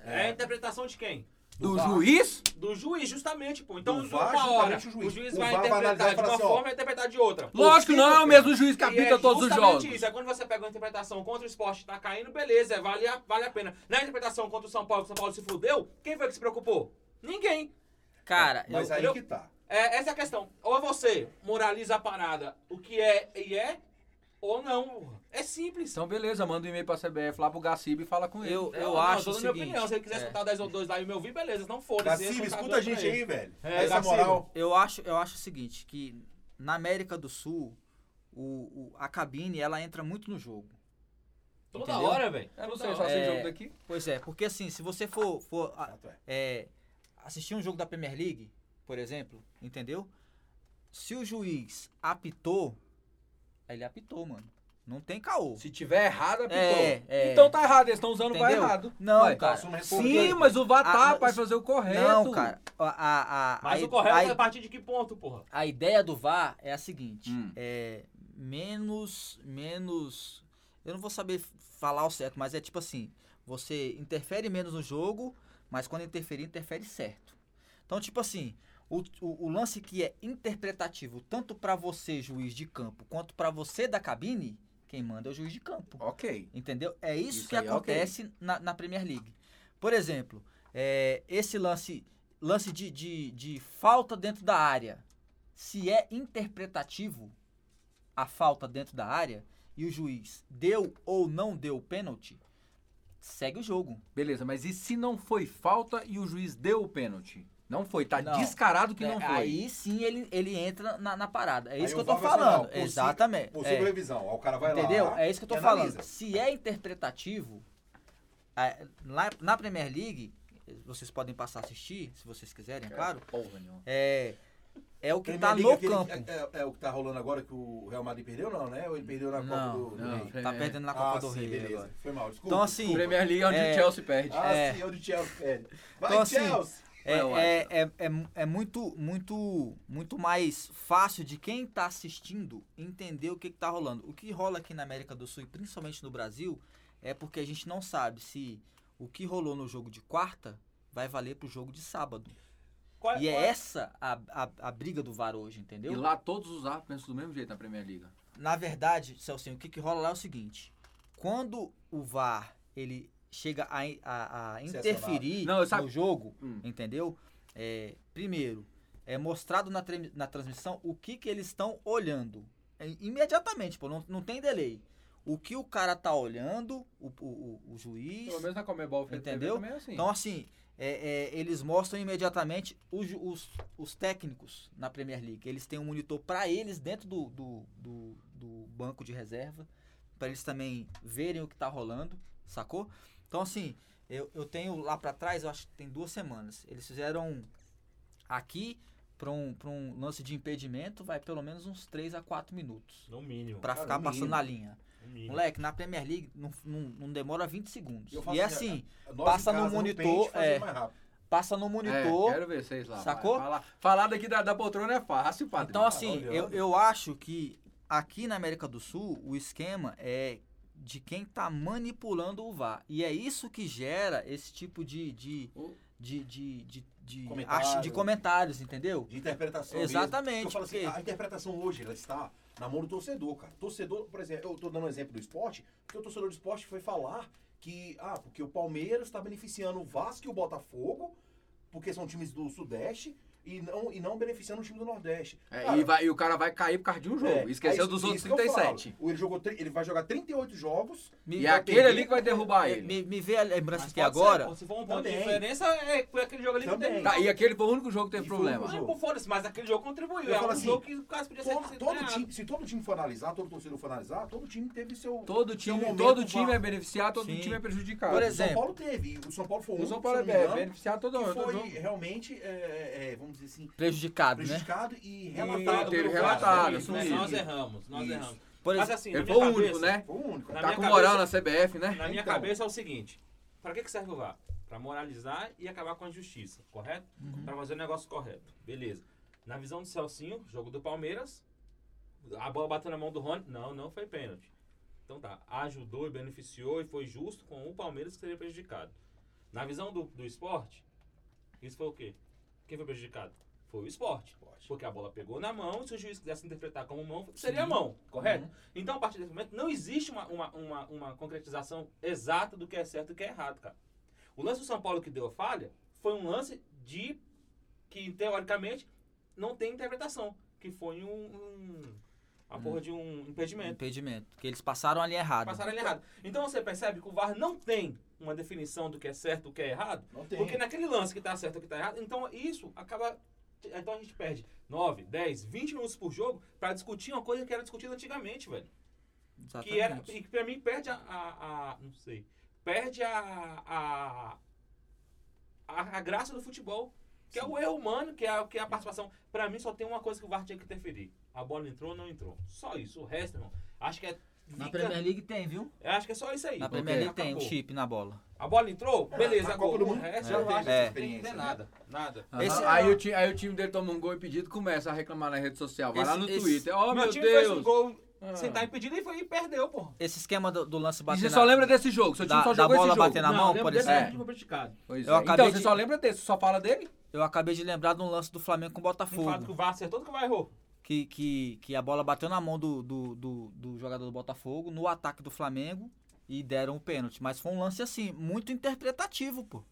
S3: É. a interpretação de quem?
S5: Do
S1: VAR.
S5: juiz?
S3: Do juiz, justamente, pô. Então,
S1: Do VAR,
S3: uma hora,
S1: justamente o juiz.
S3: o juiz
S1: O
S3: vai
S1: VAR vai
S3: interpretar
S1: analisar e
S3: de
S1: falar
S3: uma
S1: assim, ó,
S3: forma e interpretar de outra.
S5: Lógico que não, é o mesmo juiz que
S3: E
S5: apita
S3: é
S5: todos os
S3: justamente
S5: jogos.
S3: Isso. É quando você pega uma interpretação contra o esporte, tá caindo, beleza, é, vale, a, vale a pena. Na interpretação contra o São Paulo, que o São Paulo se fudeu, quem foi que se preocupou? Ninguém.
S5: então,
S2: Cara, eu-
S1: Mas aí
S3: eu-
S1: que tá.
S3: É, essa é a questão. Ou você moraliza a parada, o que é e é, ou não. É simples.
S5: Então, beleza, manda um e-mail pra CBF lá pro Gaciba e fala com ele.
S2: Eu-
S3: Não,
S2: acho
S3: tô
S2: o
S3: dando minha
S2: seguinte,
S3: opinião. Se ele quiser
S2: é.
S3: escutar o 10 ou 2 lá e me ouvir, beleza. Não foda-se.
S1: Gaciba,
S3: esse é um
S1: Tá escuta
S3: caso
S1: a gente
S3: pra ele.
S1: aí, velho.
S3: É,
S1: Essa
S3: Gaciba.
S1: moral.
S2: Eu acho, eu acho o seguinte, que na América do Sul, o, o- a cabine, ela entra muito no jogo.
S3: Toda
S2: Entendeu?
S3: hora, velho.
S5: Eu não
S3: Toda
S5: sei,
S3: hora.
S5: só sei
S2: É.
S5: jogo daqui.
S2: Pois é, porque assim, se você for, for a-
S1: Fato é.
S2: é, assistir um jogo da Premier League, por exemplo, entendeu? Se o juiz apitou, ele apitou, mano. Não tem caô.
S5: Se tiver errado, apitou.
S2: É, é.
S5: Então tá errado, eles estão usando o VAR
S2: Entendeu?
S5: errado.
S2: Não,
S5: Ué,
S2: cara.
S1: Assuma a
S5: Sim,
S1: responsabilidade.
S5: mas o VAR tá
S2: Ah,
S5: pra fazer o correto.
S2: Não, cara. A, a, a,
S3: Mas
S2: a-
S3: o correto
S2: a-
S3: é a partir de que ponto, porra?
S2: A ideia do VAR é a seguinte:
S5: Hum.
S2: é menos, menos. Eu não vou saber falar o certo, mas é tipo assim: você interfere menos no jogo, mas quando interferir, interfere certo. Então, tipo assim, o, o- o lance que é interpretativo, tanto pra você, juiz de campo, quanto pra você da cabine, quem manda é o juiz de campo.
S5: Ok.
S2: Entendeu? É isso,
S5: Isso
S2: que
S5: aí é ok.
S2: acontece na, na Premier League. Por exemplo, é, esse lance, lance de, de, de falta dentro da área. Se é interpretativo a falta dentro da área e o juiz deu ou não deu pênalti, segue o jogo.
S5: Beleza, mas e se não foi falta e o juiz deu o pênalti? Não foi, tá
S2: Não.
S5: descarado que não
S2: É,
S5: foi.
S2: Aí sim ele, ele entra na, na parada. É
S1: Aí
S2: isso que
S1: o
S2: eu tô
S1: VAR vai falar,
S2: falando.
S1: ó, possi-
S2: Exatamente.
S1: Possível
S2: É.
S1: revisão. Aí o cara vai
S2: Entendeu?
S1: lá.
S2: É isso que eu tô
S1: e
S2: falando.
S1: analisa.
S2: Se é interpretativo, é, lá na Premier League, vocês podem passar a assistir, se vocês quiserem, é claro.
S5: Porra nenhuma.
S2: É, é o que
S1: Premier
S2: tá
S1: League,
S2: no
S1: aquele-
S2: campo.
S1: É, é- é o que tá rolando agora que o Real Madrid perdeu, não, né? Ou ele perdeu na Copa
S2: Não,
S1: do, do
S5: não.
S1: Rei?
S2: Tá perdendo na Copa
S1: ah,
S2: do
S1: sim,
S2: Rei
S1: beleza.
S2: agora.
S1: Foi mal, desculpa.
S2: Então, assim,
S5: Premier League é onde
S2: É.
S5: o Chelsea perde.
S1: Ah,
S2: é.
S1: sim, é o do Chelsea, velho. Vai,
S2: Então, assim,
S1: Chelsea!
S2: É,
S5: Vai, Washington.
S2: é, é, é, é muito, muito, muito mais fácil de quem tá assistindo entender o que, que tá rolando. O que rola aqui na América do Sul e principalmente no Brasil é porque a gente não sabe se o que rolou no jogo de quarta vai valer pro jogo de sábado.
S3: Qual,
S2: E
S3: qual
S2: é essa a, a, a briga do VAR hoje,
S5: E
S2: entendeu?
S5: lá todos os árbitros pensam do mesmo jeito na Premier League.
S2: Na verdade, Celcinho, o que, que rola lá é o seguinte. Quando o VAR, ele chega a, a, a
S1: Selecionado.
S2: interferir
S5: Não, eu sabe-
S2: no jogo,
S5: Hum.
S2: entendeu? É, primeiro, é mostrado na, tre- na transmissão o que, que eles estão olhando. É, imediatamente, pô, não, não tem delay. O que o cara tá olhando, o, o, o- o juiz...
S5: Pelo menos na Comebol
S2: Entendeu?
S5: também é assim.
S2: Então, assim, é, é, eles mostram imediatamente os, ju- os- os técnicos na Premier League. Eles têm um monitor para eles dentro do, do- do- do banco de reserva, para eles também verem o que está rolando, sacou? Então, assim, eu, eu tenho lá para trás, eu acho que tem duas semanas. Eles fizeram um aqui para um, pra um lance de impedimento, vai pelo menos uns 3 a 4 minutos
S3: No mínimo.
S2: para
S1: Cara,
S2: ficar
S1: no
S2: passando
S1: mínimo.
S2: na linha.
S3: No mínimo.
S2: Moleque, na Premier League não, não, não demora 20 segundos.
S1: Eu faço
S2: E é
S1: minha-
S2: assim,
S1: Nós em
S2: Passa no
S1: casa,
S2: monitor,
S1: pente, fazer
S2: é.
S1: mais rápido.
S2: passa no monitor.
S5: É, quero ver vocês lá.
S2: Sacou?
S5: vai. Falar, falar daqui da, da poltrona é fácil, padre.
S2: Então, assim,
S1: olha,
S2: eu,
S1: olha.
S2: eu acho que aqui na América do Sul, o esquema é de quem tá manipulando o VAR. E é isso que gera esse tipo de. de,
S5: O-
S2: de, de, de, de,
S1: Comentário.
S2: ach- de comentários, entendeu?
S1: De interpretação mesmo.
S2: Exatamente.
S1: Eu falo assim,
S3: ah,
S2: porque-
S1: a interpretação hoje ela está na mão do torcedor, cara. Torcedor, por exemplo, eu tô dando um exemplo do esporte, porque o torcedor do esporte foi falar que, ah, porque o Palmeiras está beneficiando o Vasco e o Botafogo, porque são times do Sudeste, e não, e não beneficiando o time do Nordeste.
S5: É,
S1: Cara,
S5: e, vai- e o cara vai cair por causa de um jogo.
S1: é,
S5: Esqueceu
S1: aí,
S5: dos
S1: isso
S5: outros
S1: que eu falo.
S5: 37.
S1: Ele, jogou, tri- ele vai jogar 38 jogos,
S2: Me,
S5: E é aquele ali que vai derrubar
S2: me,
S5: ele.
S2: me, me vê a lembrança
S3: Mas
S2: aqui
S3: pode ser,
S2: agora.
S3: pô, se for um ponto de
S1: Também.
S3: diferença, é foi aquele jogo ali que
S1: Também.
S3: teve.
S5: Tá, e aquele foi o único jogo que teve
S1: E foi
S5: problema.
S1: um jogo.
S3: Não, foda-se, mas aquele jogo contribuiu.
S1: Eu
S3: É
S1: falo
S3: um
S1: assim,
S3: jogo que o caso podia ser
S1: todo,
S3: ser
S1: todo
S3: ganhado.
S1: time, se todo time for analisar, todo torcedor for analisar, todo time teve seu.
S5: Todo
S1: seu
S5: time,
S1: momento
S5: todo
S1: vá.
S5: time é beneficiado, todo
S2: Sim.
S5: time é prejudicado.
S2: Por
S1: O
S2: exemplo,
S1: São Paulo teve. e O São Paulo foi um.
S5: o São Paulo é
S1: se não me
S5: be-
S1: engano,
S5: beneficiado todo,
S1: que
S5: todo
S1: foi
S5: jogo.
S1: realmente, é, é, vamos dizer assim,
S2: Prejudicado, né?
S1: prejudicado e
S5: Relatado,
S1: relatado.
S5: teve
S1: pelo VAR,
S5: relatado,
S1: né?
S5: isso
S3: Né?
S5: mesmo.
S3: Nós erramos, nós
S1: Isso.
S3: erramos.
S2: Por
S3: Mas
S2: exemplo,
S3: assim, na
S5: Ele
S3: minha
S5: foi o
S3: cabeça-
S5: único, né?
S1: Foi É o único.
S3: Na
S5: Tá
S3: minha
S5: com moral na
S3: cabeça-
S5: CBF, né?
S3: Na minha
S1: Então.
S3: cabeça é o seguinte: pra que, que serve o VAR? Pra moralizar e acabar com a injustiça, correto? Pra fazer o negócio correto. Beleza. Na visão do Celcinho, jogo do Palmeiras, a bola bateu na mão do Rony. Não, não foi pênalti. Então tá, ajudou e beneficiou e foi justo com o Palmeiras que seria prejudicado. Na visão do, do esporte, isso foi o quê? Quem foi prejudicado? Foi o esporte. Porque a bola pegou na mão, se o juiz quisesse interpretar como mão, seria a mão, correto? Então, a partir desse momento, não existe uma, uma, uma, uma concretização exata do que é certo e o que é errado, cara. O lance do São Paulo que deu a falha foi um lance de que, teoricamente, não tem interpretação. Que foi um. um- uma porra de um impedimento.
S2: Impedimento. Que eles passaram ali errado.
S3: Passaram ele errado. Então você percebe que o VAR não tem uma definição do que é certo e o que é errado.
S1: Não tem.
S3: Porque naquele lance que tá certo e o que tá errado, então isso acaba. Então a gente perde 9, 10, 20 minutos por jogo pra discutir uma coisa que era discutida antigamente, velho.
S2: Exatamente.
S3: Que era. E que pra mim perde a. a- a- não sei. Perde a. a, a- a graça do futebol. Que é o erro humano, que é, a- que é a participação. Pra mim só tem uma coisa que o VAR tinha que interferir. A bola entrou ou não entrou. Só isso. O resto, irmão. Acho que é.
S2: Na
S3: fica-
S2: Premier League tem, viu?
S3: eu acho que é só isso aí.
S2: Na
S3: Ok.
S2: Premier League tem o
S3: Acabou.
S2: chip na bola.
S3: A bola entrou? Beleza,
S1: É, na
S3: agora
S1: Copa do
S3: o
S1: Mundo
S3: resto
S1: já
S3: eu
S1: teve
S3: acho
S2: essa
S3: que tem que
S1: experiência,
S3: ter
S1: né?
S3: nada. Nada.
S5: Aham.
S2: Esse-
S5: aí, o time, aí o time dele toma um gol impedido começa a reclamar na rede social. Vai lá
S2: Esse-
S5: no
S2: esse-
S5: Twitter. Oh, meu,
S3: Meu time fez um
S5: Deus.
S3: gol
S5: Ah.
S3: sem estar impedido e, foi, e perdeu, porra.
S2: Esse esquema do, do lance
S5: E
S2: batendo.
S5: você só lembra desse jogo. Seu time
S2: da-
S5: só
S2: da
S5: jogou esse
S2: bola
S5: jogo.
S2: bater na mão, por
S3: desse
S2: exemplo.
S3: time que foi criticado.
S5: Pois
S2: Eu
S5: é.
S2: acabei
S5: Então, você
S2: de-
S5: só lembra desse, só fala dele?
S2: Eu acabei de lembrar de um lance do Flamengo com o
S3: Não fala que
S2: Botafogo.
S3: o VAR acertou do que o VAR errou.
S2: Que, que, que a bola bateu na mão do, do, do, do jogador do Botafogo no ataque do Flamengo e deram o pênalti. Mas foi um lance, assim, muito interpretativo, pô.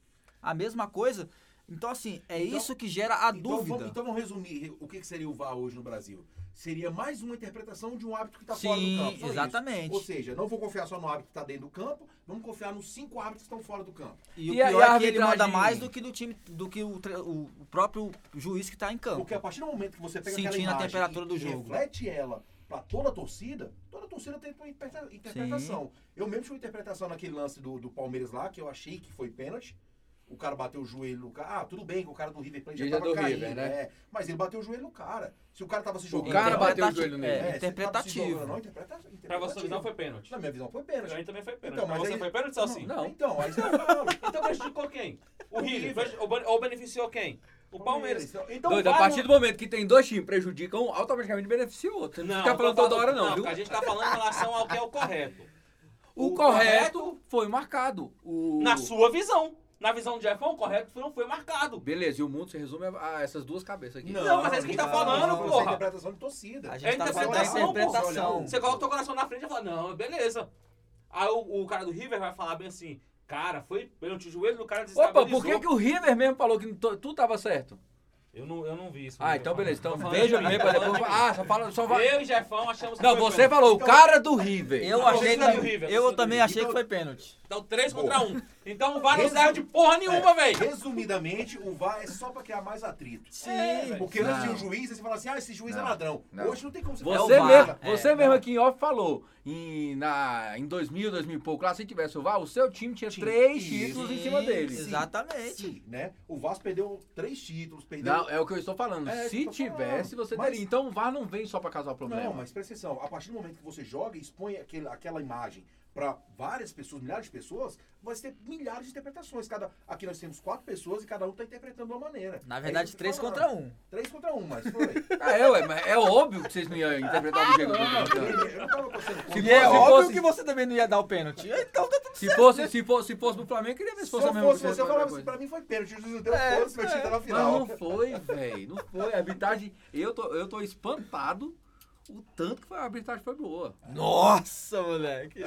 S2: A mesma coisa. Então, assim, é
S1: Então-
S2: isso que gera a
S1: então,
S2: dúvida.
S1: Vamos, então vamos resumir o que, que seria o VAR hoje no Brasil. Seria mais uma interpretação de um árbitro que está fora do
S2: Sim,
S1: campo. só isso.
S2: exatamente.
S1: Ou seja, não vou confiar só no árbitro que está dentro do campo, vamos confiar nos cinco árbitros que estão fora do campo.
S2: E, o
S5: E a-
S2: pior
S5: e a
S2: é que ele manda
S5: arbitragem?
S2: mais do que do time, do que o, tre- o- o próprio juiz que tá em campo.
S1: Porque a partir do momento que é você pega aquela
S2: Sentindo a
S1: imagem
S2: temperatura
S1: e
S2: do jogo.
S1: reflete ela para toda a torcida, toda a torcida tem uma interpreta- interpretação. Eu mesmo tive uma interpretação naquele lance do, do Palmeiras lá, que eu achei que foi pênalti. O cara bateu o joelho no cara. Ah, tudo bem que o cara do River Plate já
S5: Ele é
S1: tava
S5: do
S1: caído,
S5: River, né?
S1: né? Mas ele bateu o joelho no cara. Se o cara tava se jogando...
S5: cara
S1: não,
S5: bateu o
S2: Interpretati-
S5: joelho nele.
S2: é,
S1: se tava tá se
S2: interpretativo.
S1: jogando, não, interpreta-
S3: Pra você, a
S1: interpretativo.
S3: visão foi pênalti. é
S1: Na minha visão foi
S3: Pra mim
S1: pênalti.
S3: também foi pênalti.
S1: Então,
S3: Pra
S1: mas
S3: você
S1: aí-
S3: foi pênalti, Celcinho?
S5: Não.
S1: Então, aí você fala...
S3: Então prejudicou quem? O River. prejudi- ou bene- Ou beneficiou quem? O Palmeiras. Então
S5: Doido, a
S3: vai
S5: partir
S3: no-
S5: do momento que tem dois times prejudicam, um, automaticamente beneficia o outro. Não,
S3: Não,
S5: não fica
S3: eu tô
S5: falando toda hora, não,
S3: não
S5: viu?
S3: a gente tá falando em relação ao que é o correto.
S5: O,
S3: o
S5: correto, foi marcado. O...
S3: Na sua visão. Na visão do Jefão, o correto não foi marcado.
S5: Beleza, e o mundo se resume a, a essas duas cabeças aqui.
S3: Não, mas é isso que tá falando,
S1: isso é
S3: porra.
S1: interpretação de torcida.
S2: A gente
S3: É
S2: tá falando da
S3: interpretação, pô.
S2: interpretação.
S3: Você coloca o teu coração na frente e fala, não, beleza. Aí o, o cara do River vai falar bem assim, cara, foi pênalti, o joelho do cara
S5: Opa,
S3: desestabilizou.
S5: por que, que o River mesmo falou que to- tudo tava certo?
S3: Eu não, eu não vi isso.
S5: Ah,
S3: Eu
S5: então
S3: falo.
S5: beleza. Então
S3: Tô
S5: falando
S3: falando
S5: veja
S3: de
S5: o
S3: mim,
S5: River.
S3: tô falando
S5: Depois,
S3: de mim.
S5: ah, só fala. Só vai.
S3: Eu e Jefão achamos que
S5: Não,
S3: foi
S5: você
S3: pênalti.
S5: falou o cara do River.
S2: Eu
S3: Vocês
S2: achei
S3: não viram o
S2: que.
S3: River,
S2: Eu
S3: vocês
S2: também
S7: não
S2: achei que
S7: viram.
S2: foi pênalti.
S3: Então 3 contra
S7: Boa.
S3: 1. Um. Então o VAR não
S7: Resu-
S3: serve de porra nenhuma,
S5: É.
S3: velho.
S7: Resumidamente, o VAR é só pra criar mais atrito.
S2: Sim.
S7: Porque antes tinha
S5: Não.
S7: um juiz, aí você fala assim, ah, esse juiz é
S1: Não,
S7: ladrão.
S1: não.
S7: Hoje não tem como
S5: Você
S2: É o VAR,
S5: mesmo,
S2: é,
S5: você mesmo
S2: não.
S5: aqui em off falou. Em, na, em 2000, 2000 e pouco, lá se tivesse o VAR, o seu time tinha
S7: Tinha.
S5: três
S7: Sim,
S5: títulos em
S2: Sim,
S5: cima dele.
S2: Exatamente.
S1: Sim, né? O Vasco perdeu três títulos, perdeu.
S5: Não, é o que eu estou falando.
S1: É,
S5: se
S1: eu tô
S5: tivesse,
S1: falando.
S5: você
S1: Mas-
S5: teria. Então o VAR não vem só pra causar o problema.
S1: Não, mas presta atenção, a partir do momento que você joga e expõe aquele, aquela imagem para várias pessoas, milhares de pessoas, vai ter milhares de interpretações. Cada, aqui nós temos quatro pessoas e cada um está interpretando de uma maneira. É
S2: Na verdade, três contra um.
S1: Três contra um, mas foi.
S5: Ah, é, ué, mas é óbvio que vocês não iam interpretar do jeito que eu tô interpretando.
S1: Eu não tava torcendo contra.
S5: E é óbvio que
S2: você também não ia dar o pênalti. Então tá tudo
S5: Se fosse, se fosse, se fosse pro Flamengo, eu queria ver se
S1: Se
S5: fosse a
S1: eu
S5: mesma
S1: fosse você, eu falava assim,
S5: coisa.
S1: pra mim foi pênalti, o juiz não deu
S2: É,
S1: foda, meu time tá na
S5: Mas não
S1: final.
S5: foi, velho. Não foi. A arbitragem. Eu tô, eu tô espantado o tanto que foi- a arbitragem foi boa.
S2: Nossa, moleque.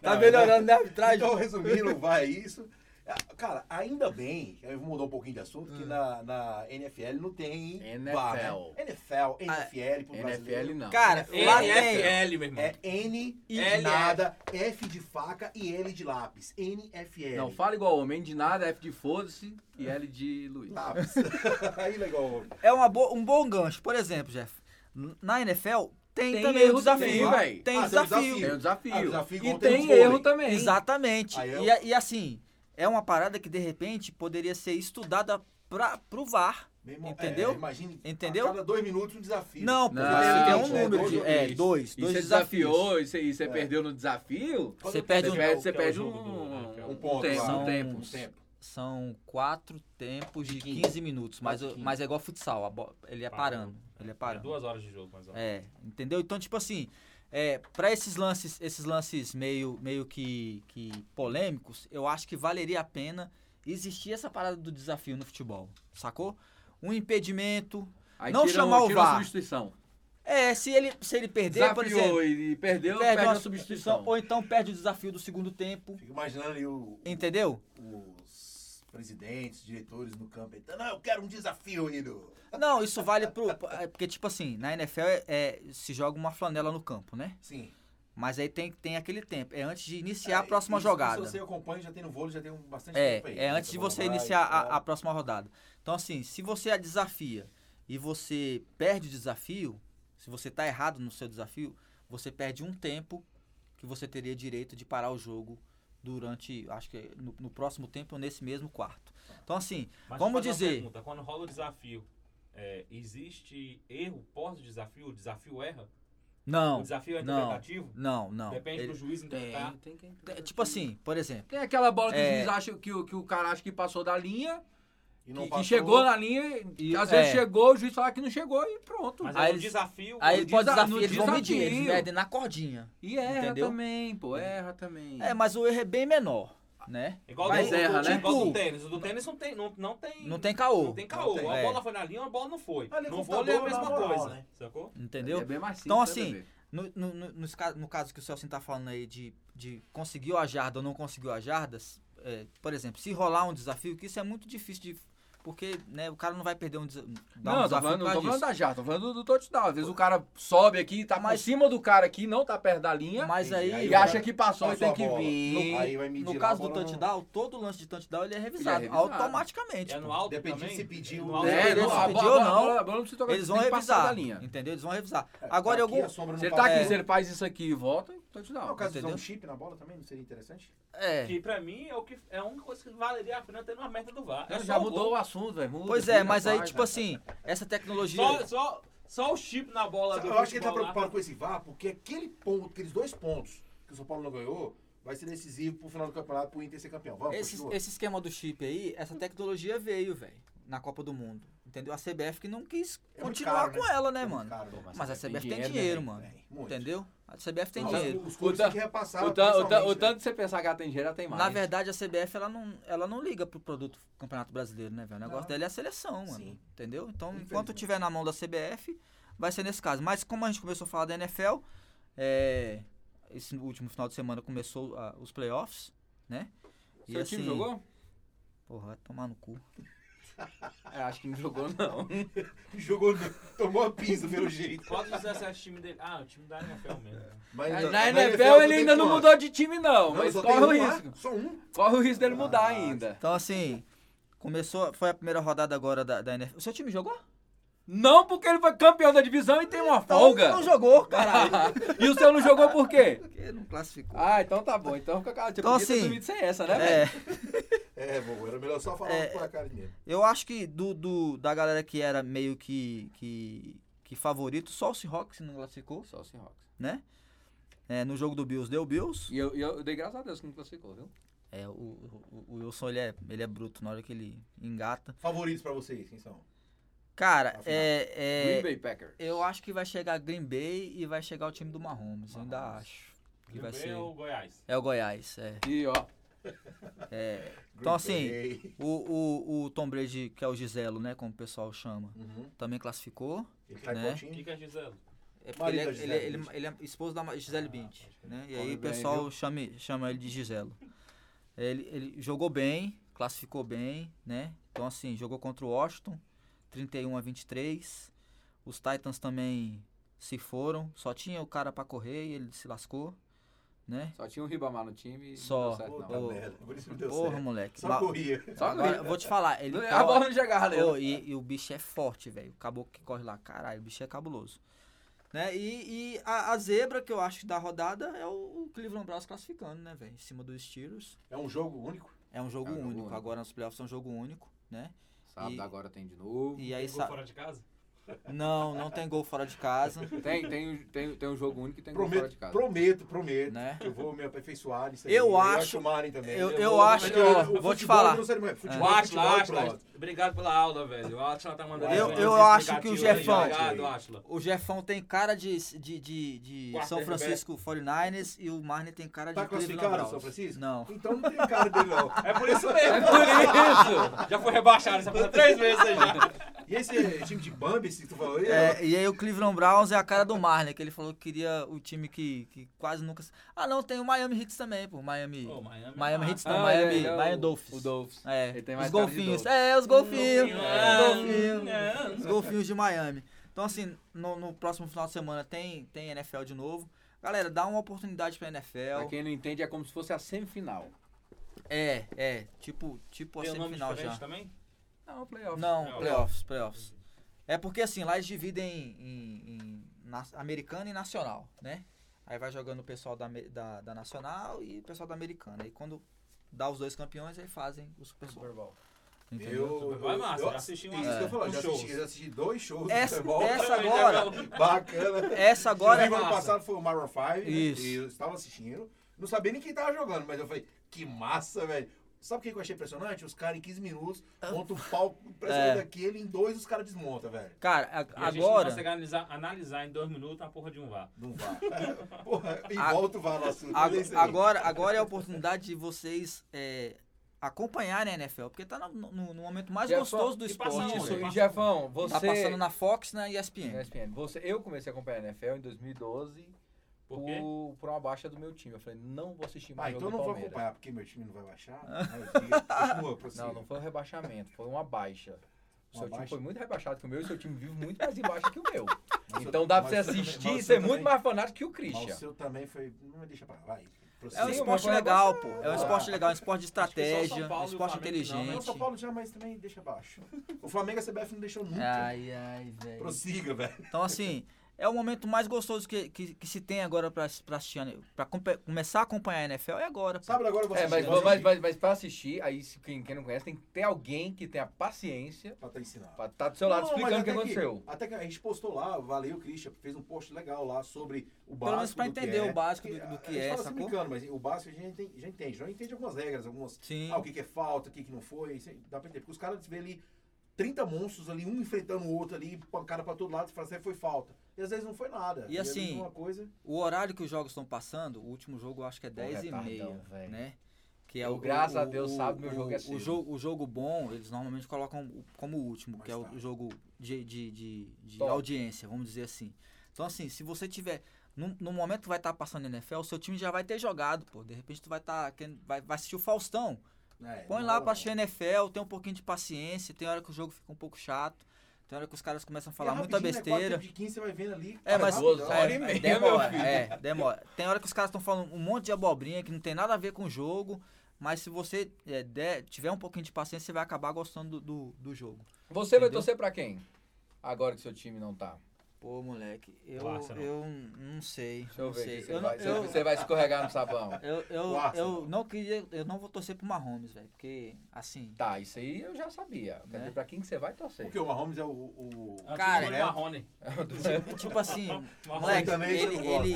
S2: Tá
S1: Não,
S2: melhorando, né, a arbitragem?
S1: Então, resumindo, vai isso. Ah, Cara, ainda bem, eu vou mudar um pouquinho de assunto,
S2: Ah.
S1: que na, na NFL não tem
S5: NFL.
S1: VAR, né? NFL,
S2: Ah,
S1: NFL, pro brasileiro.
S5: NFL não.
S2: um. Cara,
S3: é,
S2: lá tem.
S3: NFL, meu irmão.
S1: É N de
S3: L,
S1: nada, F de faca e L de lápis. NFL.
S5: Não, fala igual homem. De nada, F de foda-se e L de Luiz.
S1: Lápis. Aí legal.
S2: É uma bo- um bom gancho. Por exemplo, Jeff, n- na NFL tem,
S5: Tem
S2: também o
S5: erro
S2: desafio. tá?
S5: também, velho.
S2: tem
S1: Ah, tem
S2: desafio.
S1: desafio.
S5: Tem o desafio.
S1: Ah, o desafio
S5: e
S1: igual tem
S5: tem
S1: no vôlei.
S5: erro também.
S2: Exatamente.
S1: Aí eu-
S2: E, a- e assim, é uma parada que de repente poderia ser estudada pra, pro VAR.
S1: Meu irmão,
S2: Entendeu?
S1: É, imagine
S2: Entendeu?
S1: A cada dois minutos um desafio.
S2: Não, porque
S5: Não,
S2: você tem um
S5: é
S2: número
S5: dois
S2: de.
S5: ou
S2: É,
S5: três.
S2: dois.
S5: E
S2: dois
S5: você
S2: desafios.
S5: desafiou e você, e
S1: É.
S5: você perdeu no desafio?
S1: Quando
S2: Você
S1: eu-
S2: perde
S5: você
S2: um-
S5: perde,
S3: o
S5: você
S3: que é o
S5: perde
S3: jogo
S5: um,
S3: do-
S5: um
S1: Um ponto,
S5: tempo.
S1: lá.
S5: Um tempo.
S1: Um tempo.
S2: São quatro tempos de 15, minutos, mas,
S1: Mais
S2: o-
S1: 15.
S2: mas é igual futsal, a bo- ele é
S3: Parando.
S2: parando. Ele é
S3: É
S2: parando.
S3: duas horas de jogo, mais ou menos.
S2: É, entendeu? Então, tipo assim, é, para esses lances, esses lances meio, meio que, que polêmicos, eu acho que valeria a pena existir essa parada do desafio no futebol, sacou? Um impedimento.
S5: Aí
S2: Não
S5: tiram-
S2: chamar o
S5: tiram a
S2: VAR.
S5: substituição.
S2: É, se ele, se ele perder, por exemplo,
S5: Desafiou e perdeu,
S2: perde,
S5: perde
S2: uma
S5: a substituição.
S2: ou então perde o desafio do segundo tempo,
S1: Fico imaginando ali o-
S2: entendeu?
S1: os presidentes, diretores no campo. Então, não, eu quero um desafio aí do.
S2: Não, isso vale pro. é, Porque, tipo assim, na NFL é- é, se joga uma flanela no campo, né?
S1: Sim.
S2: Mas aí tem, tem aquele tempo. É antes de iniciar a
S1: É,
S2: próxima
S1: isso-
S2: jogada.
S1: Isso você acompanha, já tem no vôlei, já tem um bastante
S2: É,
S1: tempo aí.
S2: é antes de
S1: Vamos
S2: você
S1: lá e
S2: iniciar
S1: tal.
S2: a, a próxima rodada. Então, assim, se você a desafia e você perde o desafio, se você tá errado no seu desafio, você perde um tempo que você teria direito de parar o jogo durante, acho que é no, no próximo tempo ou nesse mesmo quarto. Então, assim,
S3: Mas
S2: Vamos
S3: deixa eu fazer uma
S2: dizer.
S3: pergunta. Quando rola o desafio, é, existe erro pós-desafio? O desafio erra? O
S2: não,
S3: desafio é
S2: não.
S3: interpretativo?
S2: não, não.
S3: Depende do
S2: Ele-
S3: juiz
S5: Tem,
S3: interpretar.
S5: tem quem-
S2: é, tipo assim, por exemplo,
S5: Tem aquela bola que
S2: É.
S5: o juiz acha que, o- que o cara acha que passou da linha,
S1: E
S5: que,
S1: não
S5: que
S1: passou,
S5: chegou na linha, e
S2: E-
S5: às vezes
S2: é.
S5: chegou, o juiz fala que não chegou e pronto.
S3: Mas é-
S2: Aí
S3: aí o
S2: eles-
S3: desafio...
S2: aí
S5: no
S2: ele pode
S5: desa-
S2: desafiar,
S5: no
S2: eles vão medir, eles
S5: desafio.
S2: medem na cordinha.
S5: E erra
S2: Entendeu?
S5: também, pô, erra também.
S2: É, mas o erro é bem menor, né?
S3: Igual
S5: Mas
S3: do,
S5: erra,
S3: do,
S5: né?
S3: Igual do
S2: Tipo-
S3: tênis. O do tênis não tem... Não, não tem...
S2: Não tem caô.
S3: Não tem caô.
S1: Não tem.
S3: A
S2: É.
S3: bola foi na linha, a bola não foi.
S1: Mas ele
S3: no
S1: é
S3: vôlei é a
S1: computador,
S3: mesma
S1: na moral,
S3: coisa.
S1: né?
S3: Sacou?
S2: Entendeu?
S5: É bem mais simples,
S2: Então,
S5: né,
S2: assim,
S5: bebê?
S2: No, no, no, nos ca- no caso que o Celso tá falando aí de, de conseguiu a jarda ou não conseguiu a jarda, s- é, por exemplo, se rolar um desafio, que isso é muito difícil de. Porque né, o cara não vai perder um, desa- dar um
S5: Não, eu tô
S2: desafio. por
S5: falando,
S2: causa
S5: não tô falando
S2: disso.
S5: da jarda, tô falando do, do touchdown. Às vezes o cara sobe aqui, tá por
S2: Mas-
S5: cima do cara aqui, não tá perto da linha,
S2: Mas
S1: Entendi.
S2: aí,
S5: e acha que passou,
S1: Passou
S5: e tem
S1: a
S5: que
S1: bola.
S5: vir.
S1: Aí vai medir
S2: no
S1: lá,
S2: caso
S1: a
S2: do
S1: bola não-
S2: touchdown, todo lance de touchdown ele é revisado,
S5: um- revisado.
S2: automaticamente. pô.
S3: É no alto
S1: Depende
S3: também?
S1: se pediu-
S3: No alto
S1: É,
S3: também.
S2: não,
S5: a
S2: pediu
S5: bola-
S2: ou
S5: a bola-
S2: não,
S5: a bola não precisa tocar,
S2: Eles
S5: tem
S2: vão
S5: que passar
S2: revisar.
S5: da linha.
S2: Entendeu? Eles vão revisar.
S1: É,
S2: Agora, em
S1: tá
S2: algum.
S1: aqui, a sombra não
S5: Se ele
S1: passa.
S5: tá aqui,
S2: É.
S5: se ele faz isso aqui e volta, touchdown.
S1: No caso de usar um
S2: Entendeu?
S1: chip na bola também, não seria interessante?
S2: É.
S3: Que pra mim é, o que, é a única coisa que valeria a pena ter uma meta do VAR. É
S5: Cara,
S3: só
S5: já
S3: o
S5: mudou
S3: gol.
S5: o assunto, velho. muda,
S2: um
S5: né?
S2: Pois é,
S5: vira,
S2: mas aí,
S5: faz,
S2: tipo assim, essa tecnologia.
S3: Só, só, só o chip na bola do
S1: Eu acho que ele tá
S3: futebol lá.
S1: preocupado com esse VAR, porque aquele ponto, aqueles dois pontos que o São Paulo não ganhou, vai ser decisivo pro final do campeonato pro Inter ser campeão. Vamos,
S2: Esse,
S1: continua.
S2: esse esquema do chip aí, essa tecnologia veio, velho, na Copa do Mundo. Entendeu? A CBF que não quis
S1: É muito
S2: continuar
S1: caro,
S2: com
S1: né?
S2: ela, né,
S1: É muito
S2: mano?
S1: caro, né?
S2: Mas a
S5: Tem
S2: CBF tem
S5: dinheiro, né,
S2: dinheiro,
S5: velho?
S2: mano.
S1: Tem, muito.
S2: Entendeu? A CBF tem
S1: Mas
S2: dinheiro.
S1: Os clubes
S5: O
S1: têm que
S5: tan-
S1: repassar.
S5: O, tan- o, tan- o
S1: mensalmente, né?
S5: tanto que você pensar que ela tem dinheiro, ela tem mais.
S2: Na verdade, a CBF ela não, ela não liga pro produto Campeonato Brasileiro, né, velho? O negócio
S1: Não.
S2: dela é a seleção, mano.
S1: Sim.
S2: Entendeu? Então, enquanto
S1: Infelizmente.
S2: tiver na mão da CBF, vai ser nesse caso. Mas como a gente começou a falar da NFL, é, esse último final de semana começou ah, os playoffs, né?
S5: Seu time jogou?
S2: Porra, vai tomar no cu.
S5: É, acho que não jogou, não.
S1: Jogou, tomou a pisa, pelo jeito.
S3: Qual dos 17 times dele? Ah, o time da NFL mesmo.
S1: Mas,
S5: Na,
S1: na
S5: NFL ele
S1: tem
S5: ainda não
S1: quantos?
S5: mudou de time, não. mas
S1: só
S5: corre
S1: tem
S5: o
S1: um lá?
S5: risco.
S1: Só um?
S5: Corre o risco dele mudar ainda.
S2: Então, assim, começou. Foi a primeira rodada agora da, da NFL. O seu time jogou?
S5: Não porque ele foi campeão da divisão e tem uma
S2: Então,
S5: folga.
S2: Não jogou, caralho.
S5: e o seu não jogou por quê?
S2: Porque não classificou.
S5: Ah, então tá bom. Então fica calado. Tinha
S2: Então,
S5: podia ter
S2: assim,
S5: dormido sem essa, né, velho?
S2: É,
S1: É, bom, era melhor só falar
S2: É.
S1: com a cara mesmo.
S2: eu acho que do, do- da galera que era meio que, que, que favorito, só o Seahawks não classificou,
S5: Só o Seahawks.
S2: né? É, no jogo do Bills deu Bills.
S5: E eu, e eu, eu dei graças a Deus que não classificou, viu?
S2: É, o, o- o Wilson, ele é, ele é bruto na hora que ele engata.
S1: Favoritos pra vocês, quem são?
S2: Cara,
S1: Afinal.
S2: é,
S5: Green
S2: é,
S5: Bay Packers.
S2: eu acho que vai chegar Green Bay e vai chegar o time do Mahomes. Eu ainda
S1: Mahomes.
S2: acho. Que
S3: Green
S2: vai
S3: Bay
S2: ser...
S3: ou Goiás?
S2: É o Goiás, é.
S5: E ó,
S2: Então, assim,
S1: Bay.
S2: O, o, o Tom Brady, que é o Giselo, né? Como o pessoal chama,
S1: Uhum.
S2: também classificou.
S1: Ele tá em
S2: né?
S1: qual
S3: O
S1: time?
S3: que, que é Giselo?
S2: É porque ele
S1: Marido
S2: é,
S1: da
S2: ele, é-
S1: Gisele
S2: ele- ele é esposo da Ma- Gisele Bint, né? E
S5: Come
S2: aí
S5: bem,
S2: o pessoal chama, chama ele de Giselo. Ele, ele jogou bem, classificou bem, né? Então, assim, jogou contra o Washington, 31 a 23. Os Titans também se foram. Só tinha o cara pra correr e ele se lascou, né?
S5: só tinha um Ribamar no time e
S2: Só.
S5: não deu certo,
S1: Puta
S5: não.
S2: Ô,
S1: tá merda, por isso que deu
S2: Porra,
S1: certo.
S2: moleque.
S1: Só
S2: Ma-
S1: corria.
S5: Só
S2: Agora,
S5: Green-
S2: eu vou te falar. Ele
S5: a bola não chegava nele.
S2: Ô, e, e o bicho é forte, velho. O caboclo que corre lá, caralho, o bicho é cabuloso. Né? E, e a, a zebra que eu acho que da rodada é o, o Cleveland Browns classificando, né, velho? Em cima dos Steelers.
S1: É um jogo único?
S2: É um jogo
S5: É um jogo
S2: único.
S5: único.
S2: Agora nos playoffs é um jogo único, né?
S5: Sábado
S2: e-
S5: agora tem de novo.
S2: E aí
S3: Jogou
S2: sabe.
S3: fora de casa?
S2: Não, não tem gol fora de casa,
S5: Tem, tem, tem, tem um jogo único e tem gol fora de
S1: Prometo,
S5: casa.
S1: prometo, prometo.
S2: né?
S1: Eu vou me aperfeiçoar nisso aí.
S2: Eu acho-
S1: acho o Maren também.
S2: Eu,
S3: Eu
S2: eu
S3: vou-
S2: acho que, ó,
S1: o
S2: vou te
S1: futebol
S2: falar. É.
S1: não serve mais. Futebol,
S3: O
S1: futebol
S3: Atla,
S1: e
S3: Atla,
S1: pronto.
S3: obrigado pela aula, velho. O Atla tá mandando.
S1: Eu-
S3: essa-
S1: eu
S3: essa
S2: acho que o
S3: explicativa aí.
S2: Jefão-
S3: Obrigado, Atla.
S2: O Jeffão tem cara de, de, de, de
S3: Quarta
S2: São
S3: RB.
S2: Francisco 49ers e o Marne tem cara de
S1: Tá
S2: Cleveland
S1: classificado o
S2: Browns.
S1: São Francisco?
S2: Não.
S1: Então não tem cara dele, não.
S3: É por isso
S5: É
S3: mesmo.
S5: por isso!
S3: Já foi rebaixado essa coisa três vezes aí né? já.
S1: E esse time de Bambi, esse que tu falou aí?
S2: É, e aí o Cleveland Browns é a cara do Marley, que ele falou que queria o time que, que quase nunca... Ah, não, tem o Miami Heat também, pô. Miami...
S3: Ô, Miami. é
S2: Miami tá Heat não,
S5: Oh, Ah,
S2: Miami,
S5: é, é,
S2: Miami
S5: o-
S2: Dolphins.
S5: O Dolphins.
S2: É,
S5: Ele tem
S2: os
S5: mais cara de
S2: golfinhos.
S5: Dolphins.
S2: É, os golfinhos.
S3: Ah,
S2: Os golfinhos.
S3: não.
S2: Os golfinhos de Miami. Então, assim, no, no próximo final de semana tem, tem NFL de novo. Galera, dá uma oportunidade pra
S5: Pra
S2: NFL.
S5: quem não entende, é como se fosse a semifinal.
S2: É, é. Tipo, tipo a
S3: Tem um nome
S2: semifinal
S3: diferente
S2: já.
S3: também?
S5: Não, playoff.
S2: Não,
S3: Não.
S2: playoffs, playoffs. É porque assim, lá eles dividem em, em- em na- americana e nacional, né? Aí vai jogando o pessoal da, ame- da, da nacional e o pessoal da americana. Aí quando dá os dois campeões, aí fazem o Super Bowl.
S1: Super Bowl.
S2: Entendeu? é
S1: Eu,
S3: Vai, massa,
S1: eu
S3: já assisti um-
S1: Isso que eu ia falar,
S3: um
S1: já
S3: show.
S1: assisti, já assisti dois shows do
S2: Essa,
S1: Super Bowl.
S2: essa agora,
S1: Bacana.
S2: essa agora é
S1: Inclusive, ano
S3: massa.
S1: passado foi o Maroon 5, né?
S2: Isso.
S1: e eu estava assistindo. Não sabia nem quem tava jogando, mas eu falei, que massa, velho. Sabe o que que eu achei impressionante? Os caras em 15 minutos
S2: Ah.
S1: montam o palco
S2: É.
S1: impressionante daquele, em dois os caras desmontam, velho.
S2: cara, a-
S3: E a gente não
S2: agora,
S3: consegue analisar, analisar em dois minutos a porra de um VAR.
S1: Não vá. Porra, e
S2: A-
S1: volta o VAR no assunto. mas é isso
S2: ag-
S1: aí.
S2: agora, agora é a oportunidade de vocês é, acompanharem a NFL, porque tá no, no- no momento mais
S5: Jefão,
S2: gostoso do
S3: e passa
S2: esporte.
S3: onde?
S5: Isso,
S2: velho.
S5: e Jefão, é
S2: Tá
S5: você.
S2: passando na Fox, na ESPN.
S5: ESPN, você, eu comecei a acompanhar a NFL em 2012
S3: Por quê?
S5: por, por uma baixa do meu time. Eu falei, não vou assistir mais
S1: Ah, então
S5: jogo
S1: eu
S5: do
S1: não vou
S5: Palmeiras.
S1: acompanhar, porque meu time não vai baixar. né? Mas diga, Continua, prossiga.
S5: Não, não foi um rebaixamento, foi uma baixa. O
S1: Uma
S5: seu time
S1: baixa?
S5: foi muito rebaixado que o meu e o seu time vive muito mais embaixo que o meu.
S1: Mas
S5: Então
S1: eu-
S5: dá
S1: mas
S5: pra você
S1: eu também-
S5: assistir
S1: mas
S5: e
S1: eu
S5: ser
S1: também-
S5: muito mais fanático que o
S1: Mas o
S5: Christian.
S1: seu também foi. Não, deixa pra lá, vai. prossiga.
S2: É um
S5: Sim,
S2: esporte
S5: mas vai
S2: legal, pô. É um esporte
S1: Ah.
S2: legal, é um esporte de
S3: Acho que só São
S2: estratégia,
S3: Paulo
S2: um
S3: e o
S2: esporte
S3: Flamengo não, né?
S1: Não, o São
S2: inteligente.
S1: Paulo já, mas também deixa abaixo. O Flamengo e a CBF não deixou nunca.
S2: Ai, ai, velho.
S1: Prossiga, velho.
S2: Então, assim, é o momento mais gostoso que, que, que se tem agora pra, pra assistir, a N- pra compe- começar a acompanhar a NFL é agora. pô.
S1: Sábado agora eu vou
S5: É, mas,
S1: assistir,
S5: mas,
S1: vou
S5: mas,
S1: assistir.
S5: mas pra assistir, aí se quem, quem não conhece, tem que ter alguém que tenha paciência
S1: Pra tá ensinando.
S5: pra estar do seu lado
S1: Não, mas
S5: explicando o que
S1: até
S5: aconteceu.
S1: Até que a gente postou lá, valeu, Christian, fez um post legal lá sobre o básico.
S2: Pelo menos pra
S1: do que
S2: entender
S1: é.
S2: o básico do,
S1: Porque
S2: do
S1: a-
S2: que é,
S1: A gente
S3: assim
S1: fala se
S2: sacou?
S1: brincando, mas o básico a gente tem- já entende. Já entende algumas regras, algumas.
S2: Sim.
S1: Ah, o que, que é falta, o que, que não foi. isso aí dá pra entender. Porque os caras vê ali 30 monstros ali, um enfrentando o outro ali, pancada pra todo lado, e fala assim, "É, foi falta. E às vezes não foi nada.
S2: E
S1: às
S2: assim,
S1: vezes Uma coisa...
S2: O horário que os jogos estão passando, o último jogo eu acho que é 10 e
S5: retardão,
S2: meia,
S5: velho.
S2: né? Que é
S5: Eu,
S2: o,
S5: graças
S2: o-
S5: a Deus,
S2: o-
S5: sábado meu
S2: o-
S5: jogo é cedo.
S2: o jogo, o jogo bom, eles normalmente colocam o- como o último,
S1: Mais
S2: que é o
S1: tarde.
S2: jogo de, de, de, de
S5: Top.
S2: audiência, vamos dizer assim. Então, assim, se você tiver. No, no momento que tá vai estar passando NFL, o seu time já vai ter jogado, pô. De repente tu vai estar. vai, vai assistir o Faustão.
S1: É,
S2: Põe
S1: não
S2: lá
S1: rola,
S2: pra
S1: não.
S2: assistir NFL, tem um pouquinho de paciência, tem hora que o jogo fica um pouco chato, tem hora que os caras começam a falar
S1: É
S2: muita
S1: rapidinho, né? Quatro
S2: besteira.
S1: tempos de 15 você vai vendo ali.
S2: É, mas
S5: duas
S2: é,
S5: horas e
S2: é,
S5: meia,
S2: demora,
S5: meu filho.
S2: é, demora. Tem hora que os caras estão falando um monte de abobrinha que não tem nada a ver com o jogo, mas se você é, der- tiver um pouquinho de paciência, você vai acabar gostando do, do, do jogo.
S5: Você vai
S2: Entendeu?
S5: torcer pra quem? Agora que seu time não tá.
S2: Pô, moleque, eu,
S3: O Arsenal.
S2: eu não sei.
S5: Deixa eu
S2: não
S5: ver
S2: sei.
S5: aqui. Você,
S2: Eu
S5: vai,
S2: não- eu-
S5: você vai escorregar no sabão.
S2: eu- eu-
S1: O Arsenal.
S2: eu não queria, eu não vou torcer pro Mahomes, velho, porque assim,
S5: Tá, isso aí eu já sabia. Quer
S2: Né?
S5: dizer, pra quem que você vai torcer?
S1: Porque o Mahomes é o. o...
S3: É o
S2: Cara,
S3: time do
S1: é-
S3: Marrone.
S2: tipo assim,
S3: Mahomes
S2: moleque,
S1: também,
S2: ele,
S1: eu não
S2: ele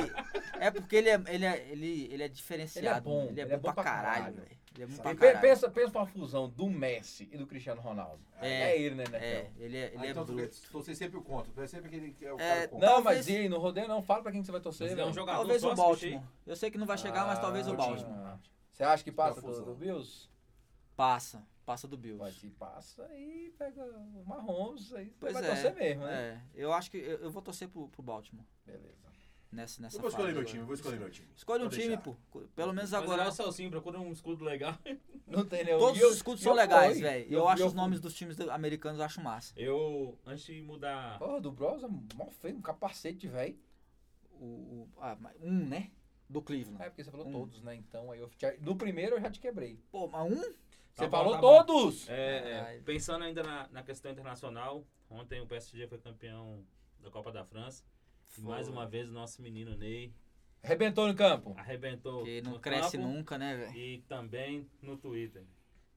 S2: é porque ele é, ele é, ele, ele é diferenciado,
S5: Ele é bom,
S2: mano. ele é bom pra caralho, velho. Ele é bom pra
S5: E pe-
S2: caralho.
S5: pensa, pensa uma fusão do Messi e do Cristiano Ronaldo.
S2: É.
S5: É, ele, né, NFL?
S2: É, ele é, ele
S1: Ah,
S2: é
S1: então,
S2: bruto.
S1: tu- você sempre o contra. Tu é sempre aquele que é o
S2: É,
S1: cara contra.
S5: Não,
S2: Talvez-
S5: mas e aí, no rodeio não, fala pra quem que você vai torcer.
S3: Mas é um
S5: não.
S3: jogador
S2: Talvez
S3: só
S2: o
S3: se
S2: Baltimore.
S3: mexer.
S2: Eu sei que não vai chegar, mas
S5: Ah,
S2: talvez o Tá
S5: time.
S2: Baltimore.
S5: Você acha que passa
S1: Uma fusão.
S5: do, do Bills?
S2: Passa. Passa do Bills.
S5: Mas se passa, aí pega o Mahomes, aí você
S2: Pois
S5: vai
S2: é.
S5: torcer mesmo, né?
S2: É, eu acho que eu, eu vou torcer pro, pro Baltimore
S5: Beleza.
S2: nessa, nessa
S1: Eu vou escolher
S2: fase
S1: meu
S2: agora.
S1: time, eu vou escolher meu time.
S2: Escolhe um
S1: Vou
S2: time,
S1: deixar.
S2: pô. Pelo menos
S3: Mas
S2: agora.
S3: é o Celcinho, procura um escudo legal.
S5: Não tem nenhum.
S2: Todos
S5: E assim, eu-
S2: os escudos
S5: e
S2: são
S5: eu
S2: legais,
S5: fui.
S2: velho.
S5: Eu-
S2: Eu acho
S5: eu
S2: os
S5: fui.
S2: nomes dos times do- americanos, eu acho massa.
S3: Eu, antes de mudar.
S5: Porra, do Bros é mó feio, um capacete, velho.
S2: O, o- ah, mas um, né? Do Cleveland.
S5: É, porque você falou
S2: Um.
S5: todos, né? Então, aí eu. te- No primeiro eu já te quebrei.
S2: Pô, mas um?
S5: Você
S3: bom,
S5: falou
S3: tá bom.
S5: todos!
S3: É, é,
S2: Caralho.
S3: pensando ainda na, na questão internacional, ontem o PSG foi campeão da Copa da França. E mais uma vez o nosso menino Ney
S5: Arrebentou no
S3: Ah,
S5: campo.
S3: arrebentou.
S2: Que
S3: no
S2: não cresce
S3: campo
S2: nunca, né, velho?
S3: E também no Twitter.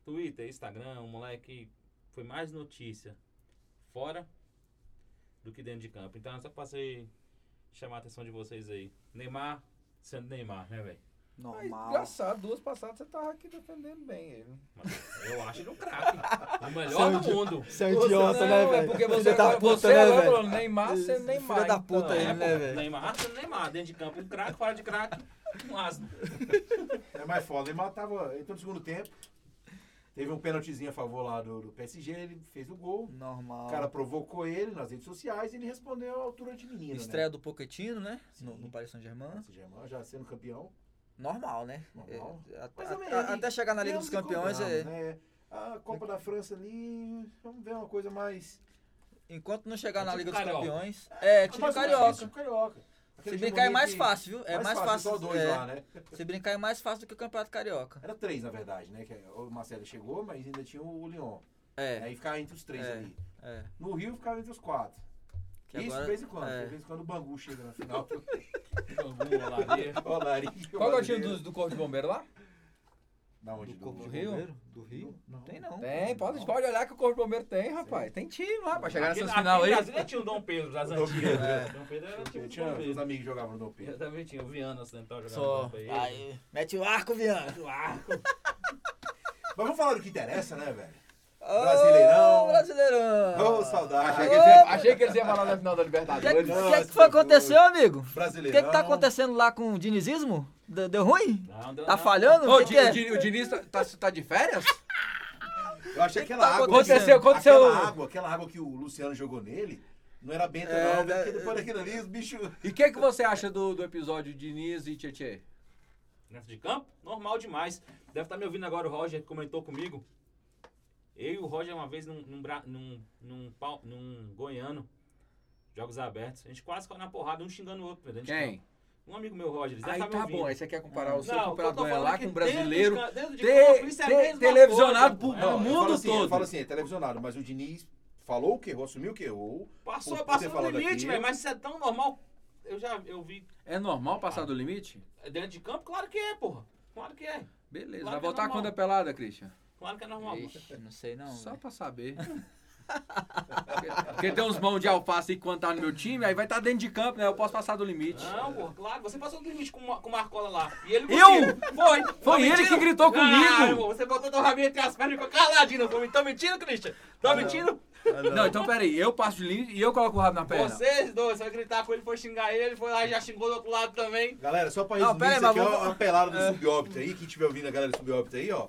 S3: Twitter, Instagram, o moleque foi mais notícia fora do que dentro de campo. Então eu só passei chamar a atenção de vocês aí. Neymar sendo Neymar, né, velho?
S5: Mas,
S2: Normal.
S5: engraçado, duas passadas você tava aqui defendendo bem ele.
S3: Mas Eu acho ele um craque. O melhor do mundo.
S2: Você é
S5: Você um não, É porque você, agora, você
S2: né,
S5: é agora falou Neymar, você é Neymar.
S2: Filha da puta
S5: então.
S2: aí, né,
S3: pô,
S2: velho?
S3: Neymar sendo Neymar, dentro de campo, um craque, fora de craque, um asno.
S1: É mais foda. Ele matava. Ele entrou no segundo tempo. Teve um pênaltizinho a favor lá do, do PSG, ele fez o gol.
S2: Normal.
S1: O cara provocou ele nas redes sociais e ele respondeu à altura de menino. né?
S2: Estreia do Pochettino, né? No,
S1: Sim.
S2: no Paris Saint-Germain.
S1: Né? Já, já sendo campeão.
S2: Normal, né?
S1: Normal.
S2: É, até,
S1: Mais ou
S2: a-
S1: menos,
S2: a-
S1: hein?
S2: até chegar na Liga dos
S1: Temos e
S2: Campeões, é-
S1: cobramos, né? A Copa da França ali. Vamos ver uma coisa mais.
S2: enquanto não chegar
S3: É
S2: na
S3: tipo
S2: Liga
S3: Carioca.
S2: dos Campeões, é
S1: mais
S2: tipo
S1: ou menos
S2: Carioca.
S1: isso, Carioca.
S2: Se
S1: Aquele
S2: brincar é
S1: jogo
S2: mais
S1: meio que-
S2: fácil, viu? É mais fácil.
S1: Só dois
S2: é.
S1: lá, né?
S2: Se brincar é mais fácil do que o Campeonato Carioca.
S1: Era três, na verdade, né? Que o Marcelo chegou, mas ainda tinha o Lyon.
S2: É,
S1: Aí ficava entre os três
S2: É.
S1: ali.
S2: é.
S1: No Rio ficava entre os quatro.
S2: Que
S1: Isso
S2: agora-
S1: de vez em quando.
S2: é.
S1: De vez em quando o Bangu chega na final.
S3: Bangu, Olaria.
S1: Ó, Larinho,
S5: Qual que é o time
S1: Madureira.
S5: do, do Corpo de Bombeiro lá?
S1: Da onde?
S2: Do Corpo
S5: do
S2: do
S5: Rio?
S2: Rio? Do Rio?
S1: Não.
S2: Não tem não.
S5: Tem, pode, pode olhar que o Corpo de Bombeiro tem, rapaz. Tem time lá pra chegar
S3: Aqui-
S5: nessas
S3: aqui
S5: final aí.
S3: Em Brasília tinha o Dom Pedro das
S1: Dom
S3: antigas.
S1: Pedro,
S2: É.
S3: né? Dom Pedro era tipo
S1: Eu
S3: do
S1: tinha
S3: Dom
S1: uns
S3: Pedro.
S1: amigos que jogavam no Dom
S3: Eu
S1: Pedro.
S3: também tinha o Viana Central jogando
S2: Só.
S3: Dom Pedro.
S2: Aí, mete o arco, Viana.
S3: Do arco.
S1: Mas vamos falar do que interessa, né, velho?
S2: Ô,
S1: Brasileirão.
S2: Brasileirão.
S1: Ô,
S2: Ah,
S1: saudade.
S5: Achei que, eles iam- achei que eles iam falar na final da
S2: O que,
S5: Libertadores.
S2: que, que foi aconteceu, amigo? O que,
S1: Brasileirão.
S2: que tá acontecendo lá com o dinizismo? Deu, deu ruim?
S3: Não, deu
S2: Tá
S3: não.
S2: falhando?
S5: Ô,
S2: O
S5: o,
S2: que que é?
S5: Di- o Diniz tá, tá- tá de férias?
S1: Eu achei
S2: que
S1: aquela
S2: tá
S1: água.
S5: acontecendo? Aconteceu,
S1: Aquela
S5: aconteceu.
S1: água, aquela água que o Luciano jogou nele. Não era benta,
S2: É,
S1: não.
S2: da-
S1: Porque depois daquilo ali, os bichos.
S5: E o que, que você acha do, do episódio Diniz e Tietê?
S3: Dentro de campo, normal demais. Deve estar me ouvindo agora o Roger, que comentou comigo. Eu e o Roger, uma vez, num, num, bra- num, num, pau- num goiano, jogos abertos, a gente quase caiu na porrada, um xingando o outro. né, dentro de
S5: Quem?
S3: campo. Um amigo meu, Roger, ele deve
S5: Aí
S3: estar me
S5: tá
S3: ouvindo.
S5: bom, aí você quer comparar o seu
S3: Não, o que eu tô
S5: campeonato
S3: falando
S5: lá
S3: é que
S5: com o
S3: dentro de
S5: brasileiro.
S3: ca- dentro de
S5: Te-
S3: campo, isso é a
S5: te-
S3: mesma coisa,
S5: televisionado pro-
S3: pô.
S5: Não,
S3: É,
S5: o
S1: eu
S5: mundo
S1: falo assim, eu
S5: todo.
S1: falo assim, é televisionado, mas o Diniz falou o que errou, assumiu o que errou.
S3: Passou,
S1: Você
S3: passou do
S1: falou
S3: limite,
S1: daquilo.
S3: velho, mas isso é tão normal. Eu já eu vi
S5: É normal passar do limite?
S3: dentro de campo, claro que é, porra. Claro que é.
S5: Beleza,
S3: Lá
S5: vai
S3: tá
S5: voltar
S3: normal.
S5: quando é pelada, Christian?
S3: Claro que é normal. pô.
S2: Ixi, não sei não. né?
S5: Só
S2: velho.
S5: pra saber. Porque tem uns mãos de alface aí quando tá no meu time, aí vai estar dentro de campo, né? Eu posso passar do limite.
S3: Não, porra, claro. Você passou do limite com, uma- com o Marcola lá. E ele
S5: Eu?
S3: curtiu. Foi.
S5: Foi
S3: Tá
S5: ele
S3: mentindo?
S5: que gritou comigo.
S3: Ah, irmão, você botou teu rabinho entre as pernas e ficou caladinho. Não foi? Tá mentindo, Christian? Tá mentindo?
S5: Não, então peraí, eu passo de limite e eu coloco o rabo na perna.
S3: Vocês dois, você vai gritar com ele, foi xingar ele, ele foi lá e já xingou do outro lado também.
S1: Galera, só pra
S2: Não,
S1: resumir,
S2: pera aí,
S1: isso aqui
S2: mas
S1: é
S2: vamos-
S1: uma pelada do subóbito aí, quem estiver ouvindo a galera do subóbito aí, ó.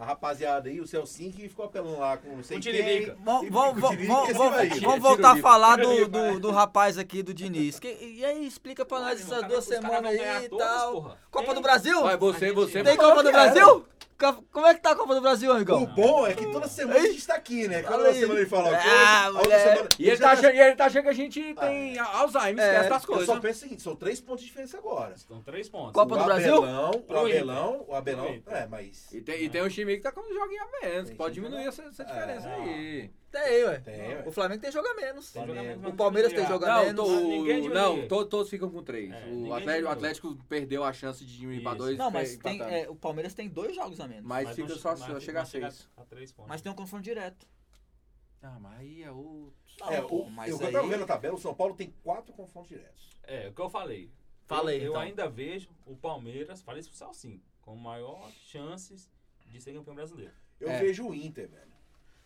S1: A rapaziada aí, o Celcinho que ficou apelando lá com não sei
S3: Com
S1: quem.
S3: Tiririca.
S2: Vamos-
S1: e
S2: Vamos
S1: com
S2: vamos-
S1: Tiririca,
S2: vamos-
S1: esse vai
S2: vamos-
S1: aí.
S2: vamos
S5: Tira
S2: voltar
S5: o
S2: a
S5: bico.
S2: falar
S3: Tira o
S2: do,
S3: bico,
S2: do, do rapaz aqui do Diniz. Que- e aí, explica pra nós
S3: Pô,
S2: essas
S3: irmão, tá
S2: duas
S3: os caras
S2: semanas
S3: vão ganhar
S2: aí e
S3: todas,
S2: tal.
S3: porra.
S2: Copa
S3: Tem- um
S2: do Brasil?
S5: Vai, é você, é você.
S2: Tem
S5: falou
S2: Copa do
S5: que era.
S2: Brasil? Ca- Como é que tá a Copa do Brasil,
S1: O
S2: amigão?
S1: bom é que toda semana a gente tá aqui, né?
S2: Fala
S1: Cada
S2: aí.
S1: semana ele fala. ó,
S2: Ah,
S1: a outra
S2: moleque.
S1: semana-
S5: E ele, tá achando, e ele tá achando que a gente tem Alzheimer,
S2: é
S5: esquece das
S1: Eu
S5: coisas.
S1: só penso o seguinte, são três pontos de diferença agora.
S3: São três pontos.
S2: Copa- do Brasil?
S1: Abelão, o
S3: Pro
S1: Abelão, o Abelão,
S3: Pro
S1: é, mas...
S5: E tem, e tem um time aí que tá com um joguinho a menos.
S1: Tem
S5: Pode
S1: time
S5: diminuir essa, essa diferença
S1: É.
S5: aí.
S2: Tem, ué.
S1: Tem, ué.
S2: O Flamengo tem jogo a menos.
S3: Tem jogamento, mas
S2: O Palmeiras
S3: ninguém
S2: tem
S3: joga.
S2: joga-
S5: É. Não,
S2: menos.
S5: tô-
S3: Mas ninguém diminuiu.
S5: não to- todos ficam com três.
S3: É,
S5: o
S3: ninguém
S5: Atlético,
S3: diminuiu.
S5: o Atlético perdeu a chance de diminuir pra
S3: Isso.
S5: dois.
S2: Não, mas
S5: pra-
S2: tem,
S5: empatando.
S2: é, o Palmeiras tem dois jogos a menos.
S5: mas,
S3: não
S5: fica
S3: che-
S5: só,
S2: assim,
S3: mas-
S5: só
S3: mas
S5: chega a seis.
S3: A três pontos.
S2: Mas tem um confronto direto.
S5: Ah, mas aí é outro.
S2: Não,
S1: é,
S2: pô,
S1: o,
S2: mas
S1: eu
S2: aí...
S1: tava vendo a tabela, o São Paulo tem quatro confrontos diretos.
S3: É, o que eu falei.
S2: Fala aí,
S3: Eu, eu
S2: então.
S3: ainda vejo o Palmeiras, falei isso pro Salsim, com maior chances de ser campeão brasileiro.
S1: Eu
S5: É.
S1: vejo o Inter, velho.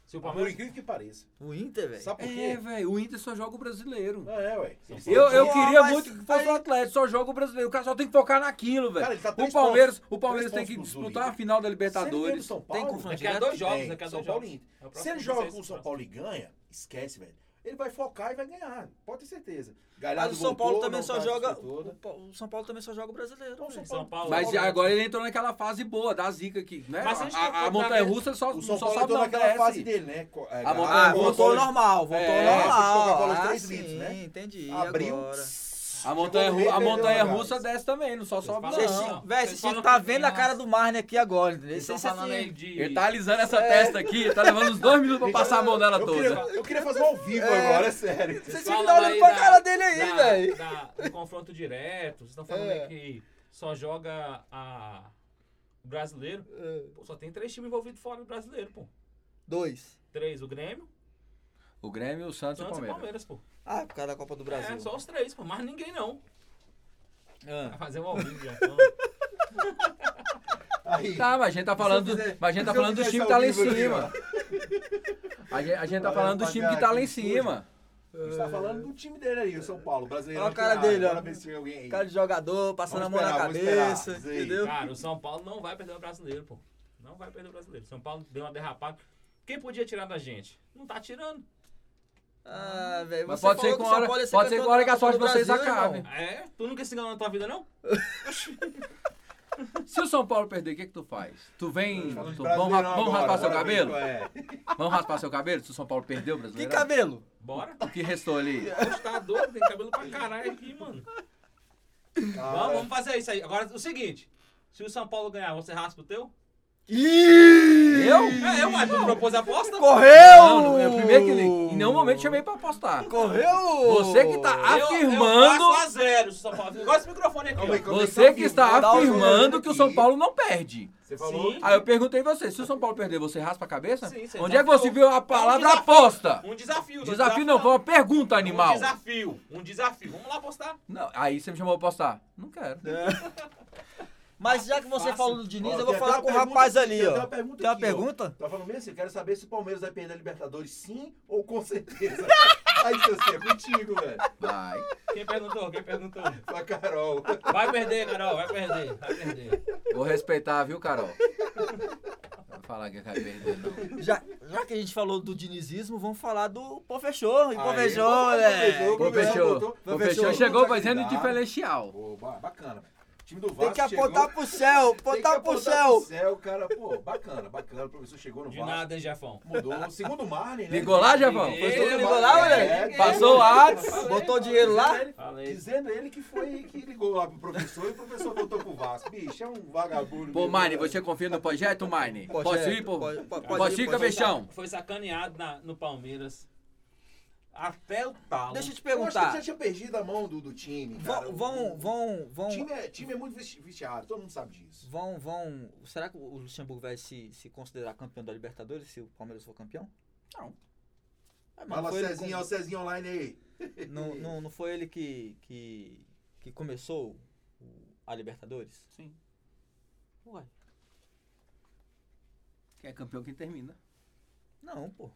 S3: Se o
S1: Por
S3: Palmeiras.
S1: incrível que pareça.
S2: O Inter, velho.
S1: Sabe por
S5: É,
S1: quê?
S5: velho, o Inter só joga o brasileiro.
S1: É, ué.
S5: Eu, eu
S2: Não,
S5: queria
S2: mas
S5: muito que fosse o
S2: aí-
S5: Atlético, só joga o brasileiro. O cara só tem que focar naquilo, velho.
S1: Cara, ele tá
S5: o
S1: três
S5: Palmeiras,
S1: pontos-
S5: o Palmeiras
S1: três
S5: tem que
S1: pontos do
S5: disputar a
S1: líder.
S5: final da
S1: Se ele ganha do
S5: Libertadores.
S1: São
S2: Tem
S1: Paulo,
S2: confronto
S3: Daqui a
S2: direto?
S3: dois jogos,
S1: Tem,
S3: daqui a
S1: São
S3: dois
S1: Paulo
S3: jogos.
S1: e Inter.
S3: É o
S1: Se
S3: próximo,
S1: ele
S3: não
S1: joga
S3: sei
S1: com o
S3: se
S1: São
S3: próximo.
S1: Paulo e ganha, esquece, velho. Ele vai focar e vai ganhar, pode ter certeza. Galhardo
S2: Mas o São Paulo
S1: voltou,
S2: também
S1: não
S2: só
S1: tá
S2: joga.
S1: toda.
S2: O, Pa- o São Paulo também só joga o brasileiro.
S1: Então, o
S2: velho.
S3: São Paulo.
S5: Mas
S3: São Paulo-
S5: agora ele entrou naquela fase boa da zica aqui, né?
S3: Mas se a gente tá
S5: a, a,
S3: for colocar
S5: montanha russa só,
S1: O São
S5: só
S1: Paulo
S5: sabe
S1: entrou
S5: dar um
S1: naquela
S5: PS.
S1: fase dele, né? Co- é,
S5: montanha
S2: Ah,
S5: Coca-Cola-
S2: voltou ao normal, voltou
S5: É,
S2: ao
S1: tipo,
S2: normal.
S1: Coca-Cola de
S2: ah,
S1: três
S2: sim,
S1: litros, né?
S2: entendi.
S1: Abriu.
S2: Agora.
S5: A montanha,
S1: Chegou no meio,
S5: ru- a
S1: perdeu,
S5: montanha
S1: né,
S5: russa
S1: guys?
S5: desce também, não só sobe
S3: falam- assim
S5: não.
S3: Não,
S2: Véi,
S3: vocês
S2: você
S3: falam
S2: tá
S3: que-
S2: vendo a cara do Marne aqui agora, entendeu?
S3: Vocês
S2: Você
S3: estão
S2: você-
S3: falando aí de.
S5: Ele tá alisando essa testa aqui, tá levando uns dois minutos pra passar a mão dela
S1: É, eu,
S5: toda.
S1: queria, eu queria fazer ao vivo
S2: É.
S1: agora, é sério.
S2: Você tinha que
S3: falam
S2: dar olhando
S3: aí
S2: pra
S3: da-
S2: cara dele aí,
S3: da-
S2: velho.
S3: da- Do confronto direto. Vocês estão falando
S2: É.
S3: aí que só joga a. O brasileiro.
S1: É,
S3: Pô, só tem três times envolvidos fora do brasileiro, pô.
S2: Dois.
S3: Três, o Grêmio,
S5: O Grêmio, o
S3: o
S5: Santos e o
S3: Santos e o Palmeiras,
S5: Palmeiras.
S3: pô.
S2: Ah, por causa da Copa do Brasil.
S3: É, só os três, pô. Mas ninguém não. Vai
S2: Ah.
S3: fazer um ao vivo já. então.
S1: Aí,
S5: Tá, mas a gente tá falando,
S1: eu fizer-
S5: mas a gente tá
S1: se eu
S5: falando dos
S1: fizer esse
S5: times que tá
S1: ao
S5: lá em
S1: vivo aqui,
S5: cima. A gente, a gente tá
S1: Vai
S5: falando dos
S1: apagar
S5: times que tá
S1: aqui
S5: lá em
S1: no estúdio.
S5: cima.
S1: a gente tá falando do time dele aí, o São Paulo, brasileiro.
S2: Olha a cara dele, ó.
S1: Bora ver se tem alguém aí.
S2: Cara de jogador, passando
S1: Ah. Vamos
S2: a mão na
S1: esperar, vamos esperar.
S2: cabeça,
S1: Diz aí. Ah.
S2: entendeu?
S3: Cara, o São Paulo não vai perder o brasileiro, pô. Não vai perder o brasileiro. São Paulo deu uma derrapada. Quem podia tirar da gente? Não tá tirando.
S2: Ah, velho.
S5: Mas
S2: você falou
S5: pode ser
S2: que
S5: com
S2: o São
S5: hora,
S2: Paulo ia ser
S5: pode ser
S2: campeão
S5: com hora que a
S2: da Copa
S5: sorte de
S2: do
S5: vocês
S2: Brasil, irmão.
S5: acabe.
S3: É? Tu nunca se enganou na tua vida, não?
S5: Se o São Paulo perder, o que que tu faz? Tu vem,
S1: Falando de
S5: tu-
S1: brasileirão
S5: vamos, ra- vamos
S1: agora,
S5: raspar seu
S1: bora ver
S5: cabelo?
S1: qual é.
S5: Vamos raspar seu cabelo? Se o São Paulo perdeu,
S2: Que
S5: brasileiro.
S2: cabelo?
S3: Bora.
S5: O que restou ali?
S3: Poxa, tá doido, tem cabelo pra caralho aqui, mano.
S1: Cara,
S3: Vamos, vamos fazer isso aí. Agora, o seguinte. Se o São Paulo ganhar, você raspa o teu?
S2: Ih!
S5: Eu?
S3: É, eu, mas tu propôs a aposta?
S2: Correu!
S5: Não, não, é o primeiro que li. Em nenhum momento chamei pra apostar.
S2: Correu!
S5: Você que tá
S3: Eu-
S5: afirmando.
S3: Eu, faço a zero, se o São Paulo. Agora esse microfone aqui,
S1: Calma aí,
S3: ó.
S1: calma aí,
S5: Você
S1: tá
S5: que
S1: vivo.
S5: está
S1: Tá ouvindo
S5: afirmando que o
S1: aqui.
S5: São Paulo não perde.
S1: Você falou?
S3: Sim.
S5: Aí eu perguntei você, se o São Paulo perder, você raspa a cabeça?
S3: Sim, você
S5: Onde é que
S3: desafiou.
S5: você viu a
S3: É
S5: palavra
S3: um desafio.
S5: aposta?
S3: Um desafio. não
S5: Desafio não, foi uma pergunta,
S3: Um
S5: animal.
S3: desafio, um desafio. Vamos lá apostar.
S5: Não, aí você me chamou pra apostar. Não quero.
S2: Mas já que você
S3: Fácil.
S2: falou do Diniz,
S1: Ó,
S2: eu vou
S1: tem
S2: falar
S1: até
S2: com o
S1: uma pergunta
S2: rapaz
S1: aqui,
S2: ali,
S1: tem até
S2: ó.
S1: uma pergunta
S2: Tem uma
S1: aqui, ó.
S2: pergunta?
S1: Tá falando mesmo assim, eu quero saber se o Palmeiras vai perder a Libertadores sim ou com certeza. Aí seu C, é contigo, velho.
S5: Vai.
S3: Quem perguntou? Quem perguntou?
S1: Com a Carol.
S3: Vai perder, Carol, vai perder, vai perder.
S5: Vou respeitar, viu, Carol? Não vou falar que vai perder, não.
S2: Já, já que a gente falou do dinizismo, vamos falar do Pô Fechou. E Pô
S1: Aí,
S2: Fechou,
S1: pô,
S2: né?
S1: fechou.
S5: Pô,
S1: botou-
S5: fechou. Pô,
S1: Pô,
S5: fechou.
S1: fechou.
S5: Chegou
S1: Muita
S5: fazendo
S1: cuidado.
S5: diferencial.
S1: Pô, ba- bacana, velho. O time do Vasco
S2: Tem que
S1: chegou-
S2: apontar pro céu,
S1: Tem que
S2: apontar pro
S1: pro
S2: céu.
S1: céu, cara. Pô, bacana, bacana. O professor chegou no
S3: De
S1: Vasco.
S3: nada, hein, Jefão.
S1: Mudou. Segundo o Marley, né?
S5: Ligou lá, Javão?
S3: Liguei.
S5: Foi
S2: Ele
S5: tudo
S1: Ele
S2: ligou lá,
S1: é,
S2: moleque?
S1: é,
S5: Passou o
S2: ads,
S5: Whats.
S2: botou dinheiro lá.
S1: Dizendo ele-
S3: Falei.
S1: Dizendo ele que foi que ligou lá pro professor e o professor voltou pro Vasco. Bicho, é um vagabundo.
S5: Pô,
S1: mesmo,
S5: Mine,
S1: velho.
S5: você confia no projeto, Mine?
S2: Projeto,
S5: Pode ir, pô.
S2: pode- pode-
S5: Pode ir,
S2: pode-
S5: cabeção.
S3: Foi sacaneado na- no Palmeiras. Até o talo.
S2: Deixa eu
S1: Eu acho
S2: te
S1: que ele
S2: perguntar.
S1: já tinha perdido a mão do, do time. cara.
S2: Vão,
S1: O-
S2: vão, vão,
S1: o
S2: vão,
S1: Time é, time é muito vesti- vestiário, todo mundo sabe disso.
S2: vão, vão- Será que o Luxemburgo vai se, se considerar campeão da Libertadores se o Palmeiras for campeão? Não. É, mas
S1: Fala,
S2: foi ele
S1: Cezinha, ó,
S2: com-
S1: Cezinha online aí.
S2: não, não, não foi ele que, que, que começou o- a Libertadores?
S5: Sim. Ué. Quem é campeão quem termina.
S2: Não, pô.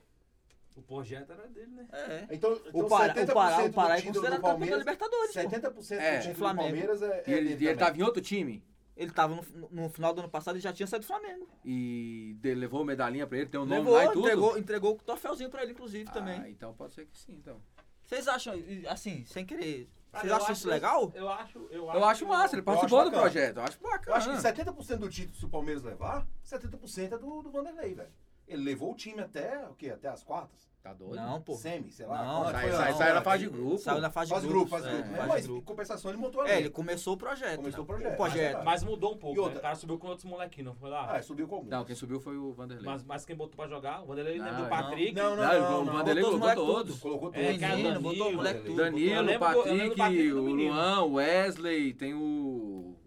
S3: O projeto era dele, né?
S2: É.
S1: Então,
S2: O
S1: então
S2: Pará,
S1: 70%
S2: o Pará, o
S1: do
S2: Pará é
S1: título do
S2: considerado campeão da
S1: Palmeiras-
S2: Libertadores, pô.
S1: 70%
S5: É,
S1: do time do
S2: Flamengo.
S1: Palmeiras é,
S5: E ele, e ele
S2: tá
S1: também.
S5: tava em outro time.
S2: Ele tava no, no final do ano passado e já tinha saído do Flamengo.
S5: E de- levou medalhinha pra ele, tem o nome
S2: Levou,
S5: lá e tudo.
S2: entregou, entregou o troféuzinho pra ele, inclusive, também.
S5: Ah, então pode ser que sim, então.
S2: Vocês acham, e, assim, sem querer Vocês acham isso legal?
S3: Eu acho, eu acho.
S5: Eu acho massa, ele participou do
S1: bacana.
S5: projeto. Eu acho
S1: Eu
S5: bacana.
S1: acho que 70% do título, se o Palmeiras levar, 70% é do, do Vanderlei, velho. Ele levou o time até o quê? Até as quartas?
S5: é-
S8: Tá doido?
S2: Não, pô.
S1: Semi, sei lá.
S2: Não, é
S1: Quando
S8: Sai,
S1: foi
S8: sai,
S1: a-
S8: sai na fase de grupo.
S2: Saiu na fase
S1: Faz
S2: de
S1: grupo,
S2: grupos.
S1: faz grupo.
S2: é,
S1: né?
S2: fase
S1: Mas
S2: de
S1: em
S2: grupo.
S1: compensação ele montou a
S2: É,
S1: lei.
S2: ele começou o projeto.
S1: Começou o
S2: né?
S1: projeto.
S2: O projeto.
S3: Mas mudou um pouco,
S1: E outra-
S3: né? O cara subiu com outros molequinhos, não foi lá?
S1: Ah, subiu com algum.
S5: Não, quem subiu foi o Vanderlei.
S3: mas, mas quem botou pra jogar, o Vanderlei
S5: Não,
S3: lembra do
S5: não.
S3: Patrick.
S1: Não, não,
S5: Não,
S1: não,
S5: o
S1: não.
S5: Vanderlei
S2: Botou os
S5: botou
S2: moleque
S5: todos.
S1: Colocou tudo.
S3: É,
S2: Menino,
S3: cara, Danilo,
S2: botou o moleque tudo.
S3: Eu
S5: Danilo,
S3: lembro do- eu lembro
S5: Patrick,
S3: do Patrick do
S5: o
S3: menino.
S5: Luan, o Wesley, tem o,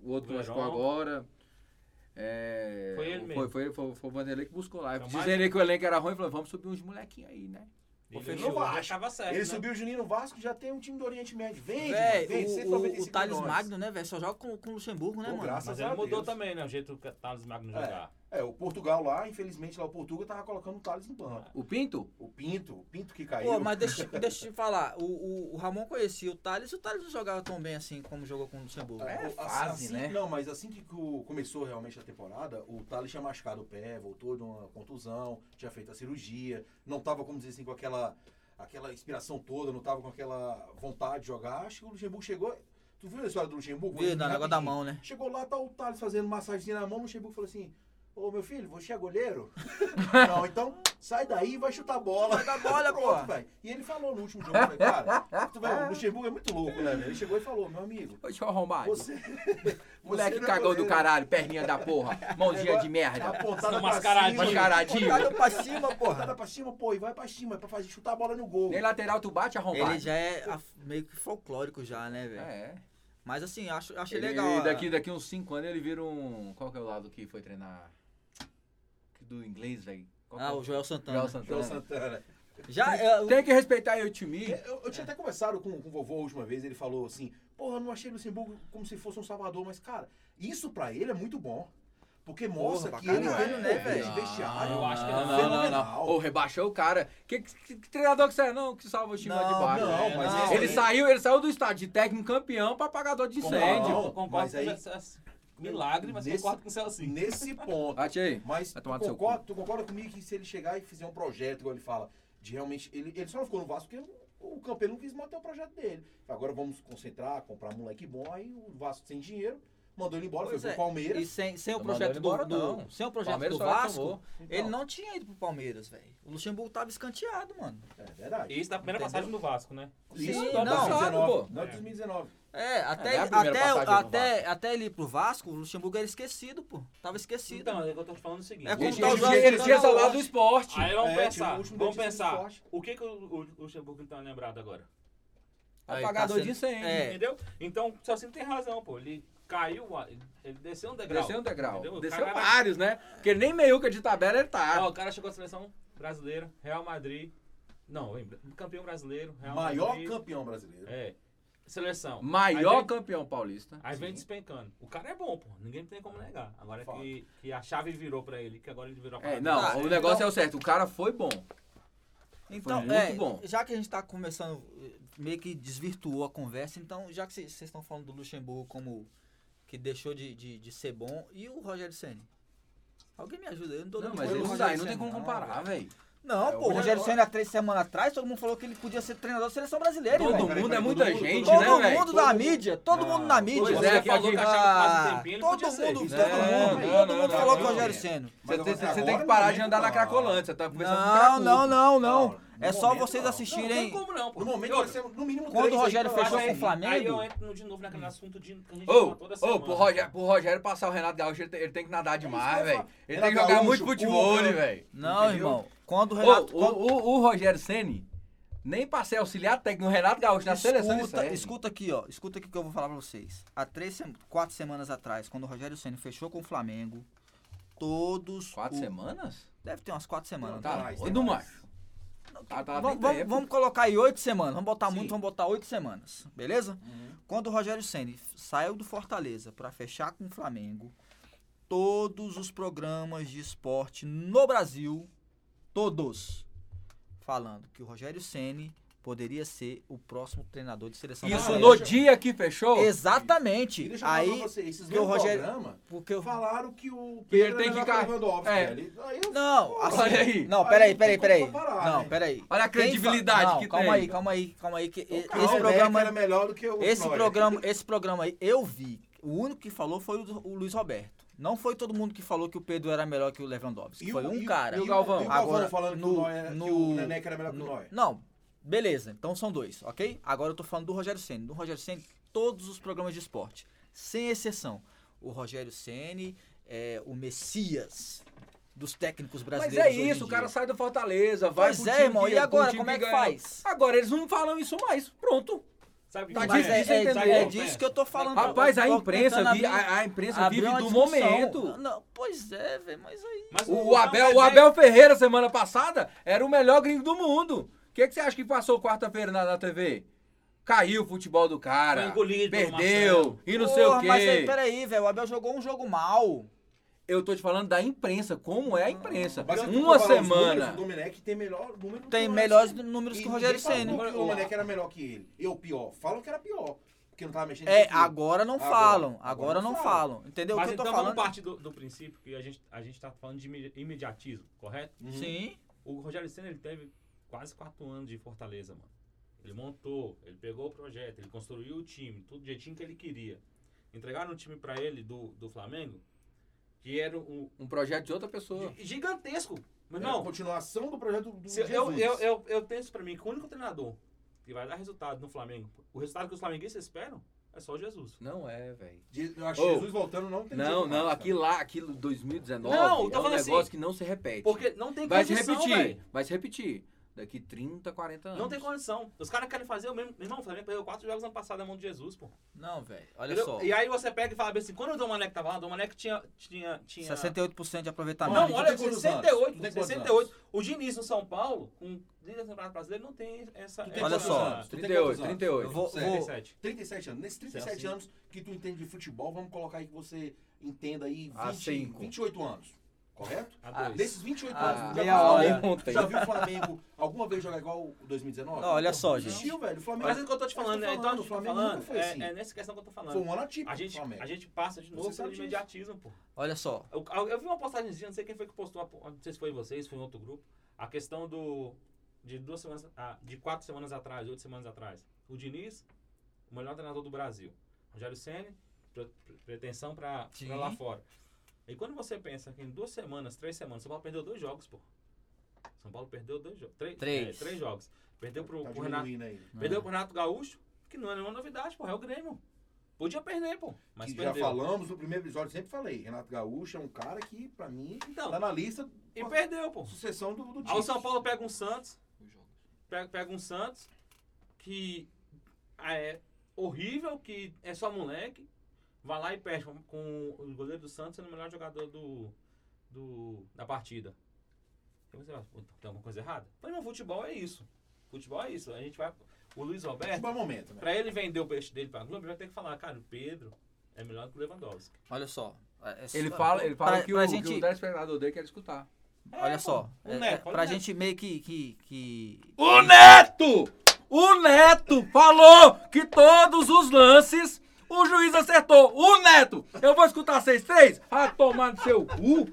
S5: o outro que
S3: O
S5: machucou
S3: Verón.
S5: agora. É,
S3: Foi ele
S5: Foi,
S3: mesmo.
S5: foi, foi- foi o Vanderlei que buscou lá.
S3: Então,
S5: Dizendo aí que o elenco era ruim, falou, vamos subir uns molequinhos aí, né?
S3: Ele
S2: Fechou.
S3: não
S1: Eu
S3: vai,
S1: acho.
S3: tava certo,
S1: Ele
S3: né?
S1: subiu o Juninho no Vasco, já tem um time do Oriente Médio. Vende,
S2: Véi,
S1: vende.
S2: o,
S1: 195
S2: o, o Thales
S1: milhões.
S2: Magno, né, velho? Só joga com, com o Luxemburgo, né,
S1: Pô,
S2: mano?
S1: graças
S3: Mas
S1: a
S3: ele mudou
S1: Deus.
S3: também, né? O jeito que o Thales Magno
S1: É.
S3: jogar.
S1: É, o Portugal lá, infelizmente, lá o Portugal tava colocando o Thales no banco.
S5: O Pinto?
S1: O Pinto, o Pinto que caiu.
S2: Pô, mas deixa, eu- deixa eu te falar, o, o, o Ramon conhecia o Thales e o Thales não jogava tão bem assim como jogou com o Luxemburgo.
S1: É,
S5: fase,
S1: assim,
S5: né?
S1: Não, mas assim que o- começou realmente a temporada, o Thales tinha machucado o pé, voltou de uma contusão, tinha feito a cirurgia, não tava, como dizer assim, com aquela, aquela inspiração toda, não tava com aquela vontade de jogar. Acho que o Luxemburgo chegou. Tu viu a história do Luxemburgo?
S2: Viu, no negócio da
S1: Rapidinho.
S2: mão, né?
S1: Chegou lá, tá o Thales fazendo massagenzinha na mão, o Luxemburgo falou assim. Ô meu filho, você é goleiro? não, então sai daí e vai chutar a bola. Vai dar
S2: bola,
S1: Pronto,
S2: pô.
S1: velho. E ele falou no último jogo, eu falei, cara, tu vai- o Luxemburgo é muito louco, né? velho? Ele chegou e falou, meu amigo,
S5: Ô, Deixa eu arrombar.
S1: você.
S5: Moleque
S1: você não é
S5: cagou do
S1: goleiro. tá
S5: caralho, perninha da porra, mãozinha de merda.
S1: Apontada pra
S3: Mascaradinho.
S1: cima.
S5: Mascaradinho.
S1: Tá
S2: Olha pra cima, porra.
S1: Apontada pra cima, pô, e vai pra cima, é pra fazer chutar a bola no gol.
S5: Nem lateral tu bate, arrombado.
S2: Ele já é a- meio que folclórico já, né, velho?
S5: É.
S2: Mas assim, acho, achei
S5: Ele-
S2: legal.
S1: né?
S5: ele
S2: a-
S5: daqui, daqui uns 5 anos ele vira um... Qual que é o lado que foi treinar? Do inglês, velho. Qual que
S2: Ah,
S5: é?
S2: o Joel Santana.
S5: Joel
S1: João
S5: Santana.
S1: Santana.
S2: Já, é, o-
S5: Tem que respeitar aí o time.
S1: Eu, eu tinha até conversado com, com o vovô a última vez, ele falou assim: porra, eu não achei o Luxemburgo como se fosse um salvador, mas cara, isso pra ele é muito bom. Porque mostra
S2: pra
S1: que ele
S5: Tá
S2: caralho,
S1: tem um
S2: né,
S1: poder de
S2: velho?
S1: vestiário.
S3: Ah, Eu acho que
S5: Não,
S3: ele é
S5: não, não, Ah, não.
S1: fenomenal.
S5: Ou rebaixou o cara. Que, que- que treinador que você é, não? Que salva o time lá de
S1: Não,
S5: baixo. É.
S1: não,
S3: né?
S1: mas
S2: Não,
S1: esse
S5: Ele
S1: aí-
S5: saiu, ele saiu do estádio de técnico campeão pra apagador de incêndio.
S1: Não,
S3: Eu concordo
S1: mas
S3: com
S1: aí-
S3: essas- Milagre, mas
S1: Nesse-
S3: concordo com assim. o Celcinho.
S1: Nesse ponto.
S5: Bate aí.
S1: Mas
S5: Vai
S1: tu
S5: tomar no seu
S1: concorda, tu concorda comigo que se ele chegar e fizer um projeto, igual ele fala, de realmente. Ele, ele só não ficou no Vasco porque o, o Campeiro não quis manter o projeto dele. Agora vamos concentrar, comprar moleque bom, aí o Vasco sem dinheiro, mandou ele embora,
S2: Pois
S1: foi
S2: é,
S1: pro Palmeiras.
S2: E sem, sem o
S5: Não
S2: projeto do,
S5: mandou ele embora,
S2: do-
S5: não.
S2: sem o projeto
S5: Palmeiras
S2: do
S5: só lá
S2: Vasco,
S5: tomou.
S2: ele não tinha ido pro Palmeiras, velho. O Luxemburgo tava escanteado, mano.
S1: É verdade.
S3: Isso da primeira
S2: Entendeu?
S3: passagem do Vasco, né?
S1: Isso
S2: Sim,
S1: não, é
S2: não.
S1: 2019.
S5: Pô.
S1: Não, 2019.
S2: É, até,
S5: é a primeira
S2: até,
S5: passagem do
S2: até, até ele ir pro Vasco, o Luxemburgo era esquecido, pô. Tava esquecido.
S3: Então, é o que eu tô te falando o seguinte.
S2: É como
S5: Ele
S2: tá o Joel
S5: tinha- ele tinha
S2: Santana
S5: salvado
S2: hoje.
S5: o esporte.
S3: Aí
S1: É,
S3: vamos
S1: tipo, o
S3: pensar,
S1: último
S3: vamos
S1: dentista do
S3: pensar.
S1: esporte.
S3: O que, que o, o- o Luxemburgo não tá lembrado agora?
S2: Aí,
S5: apagador
S2: tá
S5: de
S2: sendo-
S5: incêndio.
S2: É.
S3: Entendeu? Então, o Celcinho tem razão, pô. Ele caiu, a- ele desceu um degrau.
S5: Desceu um degrau.
S3: Entendeu? O
S5: Desceu
S3: cara-
S5: vários, né? Porque nem meiuca de tabela ele
S3: Ó,
S5: tá.
S3: o cara chegou à seleção brasileira, Real Madrid. Não, lembra? Campeão brasileiro, Real
S1: Maior
S3: Madrid.
S1: campeão brasileiro.
S3: É. Seleção.
S5: Maior
S3: Aí vem-
S5: campeão paulista.
S3: Aí vem
S5: Sim.
S3: despencando. O cara é bom, pô. Ninguém tem como negar. Agora é
S1: Fato.
S3: que, que a chave virou pra ele, que agora ele virou a
S5: É,
S3: parada.
S5: não,
S1: Ah,
S2: Tá,
S5: o negócio
S2: então-
S5: é o certo. O cara foi bom.
S2: Então,
S5: muito
S2: é,
S5: bom.
S2: já que a gente tá começando, eh, meio que desvirtuou a conversa, então, já que vocês estão falando do Luxemburgo como que deixou de, de, de ser bom, e o Rogério Senna? Alguém me ajuda, eu não tô
S5: Não,
S2: dando
S5: mas
S2: apoio
S5: ele
S2: ao
S5: não
S2: Rogério
S5: sai,
S3: é
S5: não tem
S2: Ceni,
S5: como
S2: não,
S5: comparar, velho.
S2: Não,
S1: É,
S2: pô, o
S1: hoje
S2: Rogério
S1: é-
S2: Senna, há três semanas atrás, todo mundo falou que ele podia ser treinador da seleção brasileira,
S5: Todo
S2: velho.
S5: mundo
S1: peraí,
S5: é
S1: peraí,
S5: muita
S1: todo mundo-
S5: gente,
S2: Todo
S5: né,
S2: mundo
S5: velho?
S2: da mídia, todo
S1: Não,
S2: mundo na
S1: pois
S2: mídia.
S3: Pois
S5: é,
S3: é,
S5: que
S3: falou
S5: aqui-
S3: que achava que faz um
S2: Ah,
S3: tempinho, ele
S2: todo
S3: podia
S2: mundo,
S3: ser.
S2: todo mundo,
S1: Não, não,
S2: todo mundo
S5: não,
S2: falou
S5: não,
S2: que o Rogério
S1: não.
S2: Senna.
S5: Você
S1: Mas
S5: tem,
S1: agora,
S5: você tem que
S1: no
S5: parar de
S1: momento,
S5: andar na
S1: não.
S5: Cracolândia. Você tá conversando com
S2: Não,
S5: cracudo.
S2: não,
S1: Não,
S2: não, não.
S1: no
S2: É só
S1: momento, não.
S2: vocês
S3: Não, não tem
S2: assistirem.
S3: como não, pô.
S1: No momento,
S3: E
S1: nós
S3: outra,
S1: temos no mínimo
S2: Quando
S1: três
S2: o
S1: aí
S2: Rogério
S1: pra-
S2: fechou
S1: pra-
S2: com o
S3: Aí eu
S2: Flamengo,
S3: entro de novo naquele assunto de, que a gente
S5: Hum. Ô,
S3: fala toda
S5: ô,
S3: semana.
S5: pro Rogério, pro Rogério passar o Renato Gaúcho, ele tem, ele tem que nadar
S1: isso
S5: demais,
S1: que eu ia
S5: velho.
S1: falar.
S5: Ele tem
S1: Renato
S5: que jogar
S1: Gaúcho,
S5: muito futebol,
S1: Cuca.
S5: velho.
S2: Não,
S1: Entendeu?
S2: irmão. Quando o
S5: Ô,
S2: Renato.
S5: O, o, o Rogério Ceni nem pra ser auxiliar técnico do Renato Gaúcho na seleção é ele
S2: escuta,
S5: serve.
S2: escuta aqui, ó. Escuta aqui que eu vou falar pra vocês. Há três, sem- quatro semanas atrás, quando o Rogério Senna fechou com o Flamengo, todos.
S5: Quatro
S2: o-
S5: semanas?
S2: Deve ter umas quatro semanas. né?
S5: Tá,
S1: mais,
S5: ô,
S1: tem
S5: do
S1: mais.
S2: é.
S5: macho. Tá, tá bem
S2: vamos, vamos-
S5: tempo.
S2: vamos colocar aí oito semanas. Vamos botar
S5: Sim.
S2: muito, vamos botar oito semanas. Beleza?
S1: Uhum.
S2: Quando o Rogério Senna saiu do Fortaleza pra fechar com o Flamengo, todos os programas de esporte no Brasil, todos, falando que o Rogério Senna poderia ser o próximo treinador de seleção
S5: Isso
S2: brasileira.
S5: no dia que fechou?
S1: E
S2: Exatamente.
S1: deixa eu falar pra
S2: Aí,
S1: você, esses
S2: que o
S1: mesmos
S2: Rogério-
S1: programa
S2: porque eu...
S1: falaram que o
S5: Que ele
S1: Pedro
S5: tem
S1: era
S5: que
S1: melhor
S5: ca-
S1: o Lewandowski,
S5: é.
S1: velho. Aí eu-
S2: Não, assim,
S5: Olha aí.
S2: Não,
S1: Aí
S2: peraí,
S1: não
S2: peraí,
S1: tem
S2: peraí.
S1: como comparar,
S2: Não,
S1: né?
S2: peraí.
S5: Olha a
S2: Quem fa-
S5: credibilidade
S2: não,
S5: que
S2: calma
S5: tem.
S2: aí, calma aí, calma aí. Que e-
S1: Calma, né?
S2: esse
S1: o Beck
S2: programa, é
S1: era melhor do que o
S2: esse
S1: Neuer.
S2: programa, esse programa aí, eu vi. O único que falou foi o, do- o Luiz Roberto. Não foi todo mundo que falou que o Pedro era melhor que o Lewandowski.
S1: E
S2: foi um
S1: e
S2: cara.
S1: E o
S5: Galvão?
S1: Galvão,
S2: Agora,
S1: falando que,
S2: no-
S1: o Neuer, que
S2: no-
S1: o Neneca era melhor que o
S2: No-
S1: Neuer.
S2: Não, beleza. Então são dois, ok? Agora eu tô falando do Rogério Ceni. Do Rogério Ceni, todos os programas de esporte, sem exceção. O Rogério Ceni é o Messias dos técnicos
S5: Mas
S2: brasileiros.
S5: é
S2: hoje em
S5: isso, o
S2: dia.
S5: cara sai do Fortaleza, vai um
S2: Pois
S5: pro
S2: é,
S5: time
S2: irmão,
S5: que-
S2: e
S5: pro
S2: agora,
S5: time
S2: como é que
S5: ganhou.
S2: faz?
S5: Agora eles não falam isso mais, pronto.
S3: Sabe o
S5: Tá
S2: Mas
S5: difícil
S2: é,
S3: acontece?
S2: é-
S3: Sabe o
S2: é
S5: entender.
S3: acontece?
S2: disso que eu tô falando.
S5: Rapaz,
S2: Eu
S5: a
S2: tô
S5: imprensa,
S2: tentando
S5: vi-
S2: abrir-
S5: a, a imprensa
S2: abrir
S5: vive
S2: uma
S5: do
S2: discussão.
S5: momento.
S2: Não, pois é, velho, mas aí...
S3: Mas
S5: O, o Abel,
S3: Abel
S5: o
S3: é-
S5: Abel Ferreira, semana passada, era o melhor gringo do mundo. O que, que você acha que passou quarta-feira na, na TV? Caiu o futebol do cara.
S3: Foi engolido pelo
S5: perdeu.
S3: Marcelo.
S5: E não sei o
S2: Porra,
S5: quê.
S2: Mas aí, peraí, velho, o Abel jogou um jogo mal.
S5: Eu tô te falando da imprensa, como é a imprensa.
S1: Mas se tu
S5: Uma
S1: comparar os números,
S5: semana.
S1: O Domenech tem melhor número
S2: Tem
S1: que o
S2: melhores
S1: Neuer.
S2: números
S1: E
S2: que o Rogério
S1: ninguém falou
S2: Ceni.
S1: que O Domenech era melhor que ele. Eu pior. Falam que era pior. Porque não tava mexendo
S2: É,
S1: com aquilo.
S2: agora não
S1: Agora.
S2: falam, agora,
S1: Agora
S2: não
S1: não
S2: falam. Entendeu é o
S3: Mas
S2: que
S3: então
S2: eu tô
S3: vamos
S2: falando?
S3: partir do, do princípio que a gente, a gente tá falando de imedi- imediatismo, correto?
S2: Sim.
S3: O Rogério Senna, ele teve quase quatro anos de Fortaleza, mano. Ele montou, ele pegou o projeto, ele construiu o time, tudo do jeitinho que ele queria. Entregaram um time pra ele do, do Flamengo, que era um,
S5: Um projeto de outra pessoa.
S3: gi- gigantesco. Mas
S1: Era a
S2: É,
S3: não,
S1: continuação do projeto do
S3: se eu,
S1: Jesus.
S3: eu, eu, eu, eu tenho isso pra mim, que o único treinador que vai dar resultado no Flamengo, o resultado que os flamenguistas esperam, é só o Jesus.
S5: Não é, velho.
S1: De- eu acho
S5: Ô.
S1: que Jesus voltando não tem
S5: Não,
S1: jeito
S5: não,
S1: mais,
S5: aquilo lá, aquilo 2019
S3: Não, eu tô
S5: é um
S3: falando
S5: negócio
S3: assim,
S5: que não se repete.
S3: Porque não tem
S5: vai se
S3: condição,
S5: repetir,
S3: velho.
S5: vai se repetir. Daqui 30, 40 anos.
S3: Não tem condição. Os caras querem fazer o mesmo. Meu irmão, o Flamengo perdeu quatro jogos ano passado na mão de Jesus, pô.
S2: Não, velho. Olha
S3: Entendeu?
S2: só.
S3: E aí você pega e fala assim, quando o Domenech tava lá, o Domenech tinha... tinha, tinha...
S2: 68% de aproveitamento.
S3: Não,
S1: Tu
S3: olha,
S1: tem quantos
S3: 68,
S1: anos? Tu tem quantos
S3: 68. O Diniz no São Paulo, com líder do Campeonato Brasileiro, não tem essa...
S1: Tu
S2: tem
S3: essa-
S2: Olha só.
S1: anos? Tu tem
S5: 38,
S1: quantos anos?
S5: 38.
S2: eu vou,
S1: Sério,
S2: vou-
S3: 37.
S1: 37 anos.
S2: é
S1: Nesses 37
S3: Assim.
S1: anos que tu entende de futebol, vamos colocar aí que você entenda aí 20,
S5: Ah, cinco.
S1: 28 anos. Correto?
S3: A dois.
S1: Desses 28
S2: Ah,
S1: anos, já
S2: meia
S1: viu o
S2: hora.
S1: Flamengo-
S5: Ontem.
S1: Já viu o Flamengo alguma vez jogar igual o 2019?
S2: Não, olha só,
S1: Não
S2: gente.
S1: existiu, velho. O Flamengo
S3: Mas é o que eu tô te falando, né? Então,
S1: o
S3: eu tô
S1: Flamengo
S3: falando,
S1: nunca foi
S3: é,
S1: assim.
S3: é nessa questão que eu tô
S1: Foi
S3: falando.
S1: um ano atípico
S3: A gente,
S1: pro Flamengo.
S3: a gente passa de novo
S1: sabe
S3: pelo
S1: disso.
S3: imediatismo, pô.
S2: olha só.
S3: Eu, eu vi uma postagemzinha, não sei quem foi que postou, a- não sei se foi vocês, foi em outro grupo, a questão do de duas semanas, ah, de quatro semanas atrás, oito semanas atrás, o Diniz, o melhor treinador do Brasil, Rogério Ceni, pre- pre- pretensão pra
S2: Sim.
S3: pra lá fora. E quando você pensa que em duas semanas, três semanas, São Paulo perdeu dois jogos, pô. São Paulo perdeu dois jogos, três,
S2: Três.
S3: é, três jogos, perdeu pro,
S1: Tá
S3: pro Renato,
S1: diminuindo aí.
S3: perdeu pro Renato Gaúcho, que não é nenhuma novidade, pô, é o Grêmio. Podia perder, pô, mas
S1: que
S3: perdeu.
S1: já falamos no primeiro episódio, sempre falei. Renato Gaúcho é um cara que, pra mim,
S3: Então,
S1: tá na lista
S3: e perdeu, pô.
S1: sucessão do, do
S3: Aí o
S1: Tite.
S3: São Paulo pega um Santos. Pega, pega um Santos que é horrível, que é só moleque. Vai lá e perde com- com o goleiro do Santos sendo o melhor jogador do, do- da partida. Aí você fala, "Puta, tem alguma coisa errada? Mas não, futebol é isso. Futebol é isso. A gente vai. O Luiz Roberto,
S1: Futebol é momento, né?
S3: pra ele vender o peixe dele pra Globo, ele vai ter que falar, cara, o Pedro é melhor que o Lewandowski.
S2: Olha só. É- é
S5: Ele
S2: só-
S5: fala, ele fala
S2: pra-
S5: que,
S2: pra
S5: o,
S2: gente-
S5: que o telespectador dele quer escutar.
S2: Olha
S3: É,
S2: só.
S3: pô,
S2: é-
S3: o
S2: é,
S3: Neto, olha
S2: pra
S3: o Neto.
S2: gente meio que... que, que...
S5: O Neto! O Neto falou que todos os lances o juiz acertou. O Neto! Eu vou escutar 6-3? Ah, tomar no seu cu.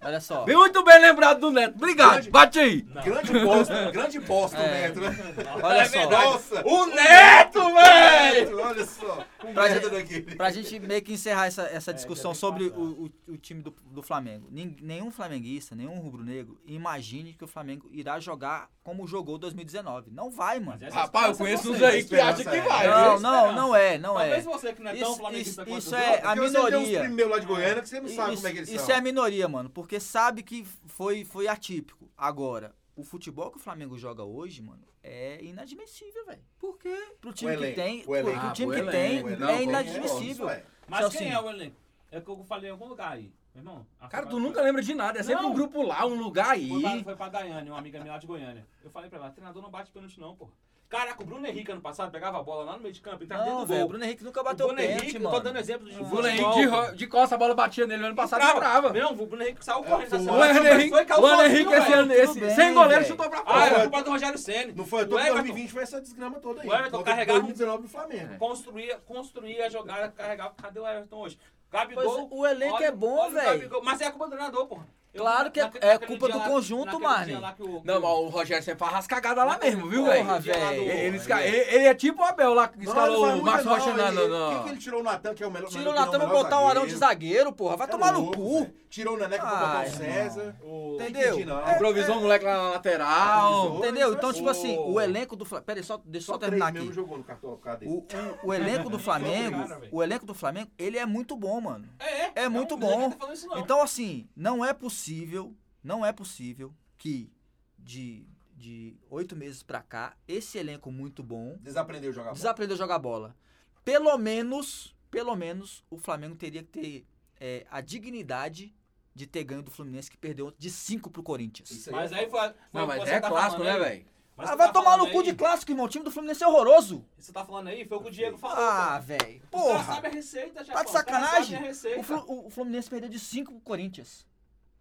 S2: Olha só.
S5: Bem, muito bem lembrado do Neto. Obrigado. Bate aí.
S3: Não.
S1: Grande bosta, grande bosta o
S2: É.
S1: Neto, né?
S2: Olha só.
S1: Nossa!
S3: O Neto, velho!
S1: Neto, olha só. Um
S2: Pra
S1: merda
S2: gente-
S1: daquele.
S2: Pra gente meio que encerrar essa, essa discussão
S1: tem que
S2: sobre
S1: passar.
S2: o, o- o time do, do Flamengo. Nin- nenhum flamenguista, nenhum rubro-negro imagine que o Flamengo irá jogar como jogou 2019. Não vai, mano.
S3: Mas essa
S5: Rapaz, eu
S3: esperança
S5: conheço
S3: é
S5: uns
S3: você.
S5: aí que acha que vai.
S2: Não,
S5: viu?
S2: não, não é, não é.
S3: Talvez você que não é tão
S2: Isso,
S3: flamenguista
S2: isso,
S3: quanto
S2: isso
S3: os
S2: é
S3: outros.
S2: a
S1: Porque você tem uns
S2: minoria.
S1: primeiros lá de Goiânia que você não sabe
S2: Isso,
S1: como é que eles
S2: isso
S1: são.
S2: é a minoria, mano, porque sabe que foi, foi atípico. Agora, o futebol que o Flamengo joga hoje, mano, é inadmissível, velho. Por quê? Pro time
S1: O
S2: que
S1: elenco,
S2: tem,
S1: o
S2: pro-
S1: elenco.
S2: pro time
S5: Ah,
S2: que
S5: o
S2: tem,
S5: elenco,
S1: não,
S2: é
S1: como
S2: inadmissível.
S1: isso é.
S3: Mas
S2: Então,
S3: quem
S2: assim,
S3: é o elenco? É o que eu falei em algum lugar aí. Meu irmão. a
S5: Cara, tu
S3: Fabada
S5: nunca lembra de nada. É sempre
S3: Não.
S5: um grupo lá, um lugar aí.
S3: Foi, foi, pra, foi pra Goiânia, uma amiga minha lá de Goiânia. Eu falei pra ela, treinador não bate pênalti não, pô. Caraca, o Bruno Henrique ano passado pegava a bola lá no meio de campo,
S1: tá
S3: entrava
S2: Não,
S3: dentro do gol.
S2: velho, o Bruno Henrique nunca bateu
S3: o Bruno
S2: pênalti,
S3: Henrique,
S2: mano.
S3: tô dando exemplo de
S5: O
S3: futebol.
S5: Bruno Henrique de, ro- de costa a bola batia nele ano passado e
S3: Entrava.
S5: entrava.
S3: Não, o Bruno Henrique saiu correndo.
S1: foi-
S3: essa
S5: O
S3: bola
S5: Bruno Henrique,
S3: foi, caiu
S5: o Bruno
S3: sozinho,
S5: Henrique esse
S3: velho.
S5: ano, esse,
S2: Tudo bem,
S5: sem goleiro,
S2: velho.
S5: chutou pra
S3: Ah,
S5: fora.
S3: era culpa do Rogério Ceni.
S1: Não foi à
S3: O
S1: toa que
S3: Everton
S1: 2020 foi essa desgrama toda aí.
S3: O Everton
S1: Voltou pro
S3: carregava-
S1: 2019 do Flamengo.
S3: Construía, construía a jogada, carregava. Cadê o Everton hoje? Gabigol.
S2: Pois é, o elenco
S3: olha-
S2: é bom,
S3: olha o
S2: velho.
S3: Gabigol. Mas é a culpa do treinador, porra. Eu-
S2: Claro que é-
S3: naque-
S2: é
S3: naquele
S2: culpa
S3: dia
S2: do
S3: lá-
S2: conjunto,
S3: naquele
S2: Marne.
S3: dia lá que o-
S5: Não, mas o Rogério sempre faz rascagada lá mesmo, viu, velho?
S2: Porra, velho.
S5: Ele, esca- ele- ele é tipo o Abel lá que
S1: Não, ele
S5: escalou
S1: faz
S5: o
S1: muita
S5: Márcio
S1: não,
S5: Rocha
S1: ele-
S5: na- na-
S1: Por que,
S5: na-
S1: que ele tirou o Natan, que é o melhor
S2: Tirou
S1: na
S2: na
S1: minha opinião,
S2: tampa
S1: o
S2: pra
S1: melhor
S2: botar um arão de zagueiro, porra. Vai
S1: É
S2: tomar no
S1: louco,
S2: cu.
S1: velho. Tirou o Neneca pra botar
S2: Ai,
S1: o César.
S3: o-
S2: Entendeu? É.
S1: Entendi, não.
S5: Improvisou o moleque lá na lateral.
S1: Improvisou.
S2: Entendeu? Então,
S1: Pô.
S2: tipo assim, o elenco do Flamengo. Pera aí, só, deixa eu só
S1: Só três
S2: terminar
S1: mesmo
S2: aqui.
S1: jogou no cartão cadê?
S2: O, o- o elenco do Flamengo,
S3: Cara, velho.
S2: o elenco do Flamengo, ele é muito bom, mano.
S3: É, é.
S2: É muito
S3: Não, ninguém
S2: bom.
S3: tá falando isso, não.
S2: Então, assim, não é possível, não é possível que de de oito meses pra cá, esse elenco muito bom
S1: Desaprendeu a jogar bola.
S2: desaprendeu a jogar bola. Pelo menos, pelo menos, o Flamengo teria que ter é, a dignidade de ter ganho do Fluminense que perdeu de 5 pro Corinthians.
S1: Isso é
S3: Mas aí foi. foi
S5: Não, mas
S3: você
S5: é
S3: tá
S5: clássico, né,
S3: falando aí-
S5: velho?
S3: mas
S2: ah,
S3: você
S2: vai
S3: tá
S2: tomar no
S3: falando
S2: cu
S3: aí-
S2: de clássico, irmão. O time do Fluminense é horroroso.
S3: Você tá falando aí? Foi o que o Diego falou.
S2: Ah, velho.
S3: O cara
S2: Porra.
S3: sabe a receita, já.
S2: Tá de sacanagem? O,
S3: receita.
S2: Flu- o Fluminense perdeu de 5 pro Corinthians.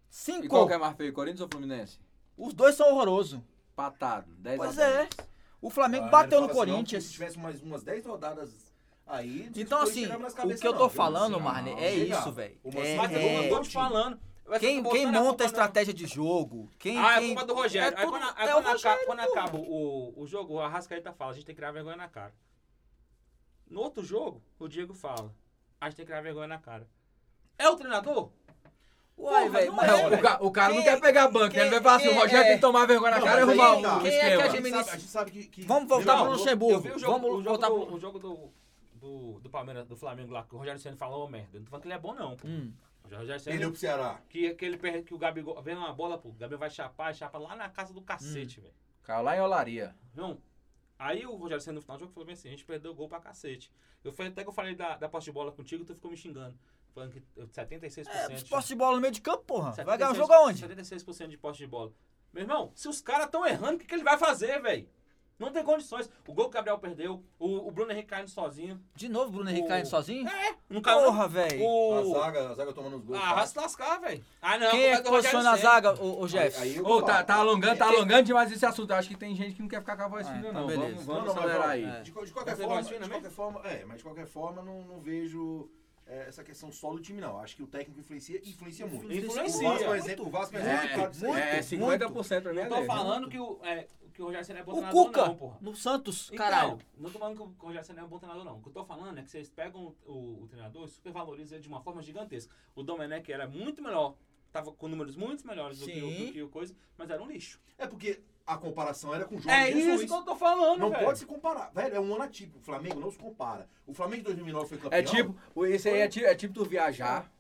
S5: E
S2: 5.
S5: qual que é mais feio, Corinthians ou Fluminense?
S2: Os dois são horrorosos.
S5: Patado, 10
S2: Pois
S5: a
S2: é.
S5: 10.
S2: O
S1: Ah,
S2: Flamengo
S1: ele
S2: bateu
S1: fala
S2: no
S1: assim, ó, Se
S2: Corinthians.
S1: tivesse mais umas 10 rodadas aí... não sei
S2: Então,
S1: se foi
S2: assim,
S1: chegava nas
S2: o
S1: cabeças,
S2: que eu
S1: não,
S2: tô
S1: viu?
S2: falando,
S1: Não,
S2: Marne,
S1: não
S2: é
S1: chegava.
S2: isso, velho.
S1: O Mancini
S2: É-
S3: Mas eu
S1: mandou
S3: não
S1: o
S3: tô te
S1: time.
S3: falando. Vai
S2: Quem,
S3: ficar
S2: quem
S3: botando
S2: monta
S3: a
S2: a
S3: culpa na-
S2: estratégia de jogo? Quem,
S3: Ah, é
S2: quem...
S3: culpa do Rogério.
S2: É
S3: aí
S2: tudo-
S3: quando, aí
S2: é
S3: quando
S2: o Rogério,
S3: acaba, quando
S2: porra.
S3: acaba o, o jogo, o Arrascaeta fala, a gente tem que criar vergonha na cara. No outro jogo, o Diego fala, a gente tem que criar vergonha na cara. É o treinador?
S2: Uai,
S3: Porra,
S2: velho,
S3: não
S2: mas-
S3: é,
S5: Não, o, ca- o cara não
S2: Quem-
S5: quer pegar banco, né? ele vai falar assim, o
S2: quem-
S5: Rogério
S2: é-
S5: tem que tomar vergonha na
S1: Não,
S5: cara e
S1: mas
S5: arrumar
S1: aí tá.
S5: um
S2: Quem é que
S5: esquema.
S1: A gente sabe- a gente sabe que... que-
S2: Vamos voltar
S1: Não,
S2: pro
S1: não-
S3: Eu
S2: Luxemburgo.
S3: vi o jogo,
S2: Vamos
S3: o jogo
S2: voltar
S3: do,
S2: pro...
S3: o jogo do, do, do Palmeiras, do Flamengo lá, que o Rogério Senna falou, ô merda, eu não tô falando que ele é bom não. pô.
S2: Hum.
S3: O Rogério
S1: Perdeu
S3: Senna,
S1: pro Ceará.
S3: que, que ele perde, que o Gabigol, vem uma bola, pô, o Gabigol vai chapar, chapa lá na casa do
S2: Hum.
S3: cacete, velho.
S5: Caiu lá em Olaria.
S3: Não. Aí o Rogério Senna no final do jogo falou bem assim, a gente perdeu o gol pra cacete. Eu falei, até que eu falei da, da posse de bola contigo, tu ficou me xingando. Falando que eu- 76%.
S2: É, posse de bola no meio de campo, porra. Vai ganhar o
S3: 76
S2: jogo aonde?
S3: 76% de posse de bola. Meu irmão, se os caras estão errando, o que, que ele vai fazer, velho? Não tem condições. O gol que o Gabriel perdeu, o, o Bruno Henrique caindo sozinho.
S2: De novo, Bruno Henrique caindo sozinho?
S3: Não caiu. não.
S2: Porra, velho.
S1: A
S3: O...
S1: zaga, a zaga tomando uns gols. tá?
S3: Ah, vai se lascar, velho. Ah, não.
S2: Quem é
S3: culpa do
S2: que
S3: Rogério
S2: posiciona a
S3: Ceni.
S2: zaga, ô, ô Jeff?
S1: Aí- aí eu
S5: Ô, tá,
S1: falo.
S5: tá alongando, tá alongando demais esse assunto. Acho que tem gente que não quer ficar com a voz
S2: Ah,
S5: fina,
S2: então
S5: não.
S2: beleza.
S5: Vamos,
S1: Não,
S5: vamos
S1: não, mas
S5: acelerar
S1: vamos.
S5: aí.
S1: De, co- de
S3: Vai
S1: qualquer
S3: ser
S1: forma,
S3: voz fina
S1: de
S3: mesmo?
S1: qualquer forma, é, mas de qualquer forma não, não vejo é, essa questão só do time não. Acho que o técnico influencia, influencia muito.
S3: Influencia.
S1: O Vasco é um exemplo, o Vasco é um exemplo claro disso aí.
S5: É, é 50% pra mim.
S3: Não
S5: é
S3: tô
S5: dele.
S3: falando que o, é, que o Rogério Senna é bom
S2: O
S3: treinador,
S2: Cuca,
S3: não, porra.
S2: no Santos,
S3: Então,
S2: caralho.
S3: não tô falando que o Rogério Senna é um bom treinador, não. O que eu tô falando é que vocês pegam o, o- o treinador e supervalorizam ele de uma forma gigantesca. O Domenech era muito melhor, tava com números muito melhores do que, o,
S2: Sim.
S3: do que o coisa, mas era um lixo.
S1: É porque a comparação era com o Jorge
S3: É
S1: Jesus.
S3: isso que eu tô falando,
S1: não
S3: velho.
S1: pode se comparar. Velho, é um ano atípico. O Flamengo não se compara. O Flamengo de 2009 foi campeão.
S5: É tipo, o- esse aí é tipo, é tipo tu viajar.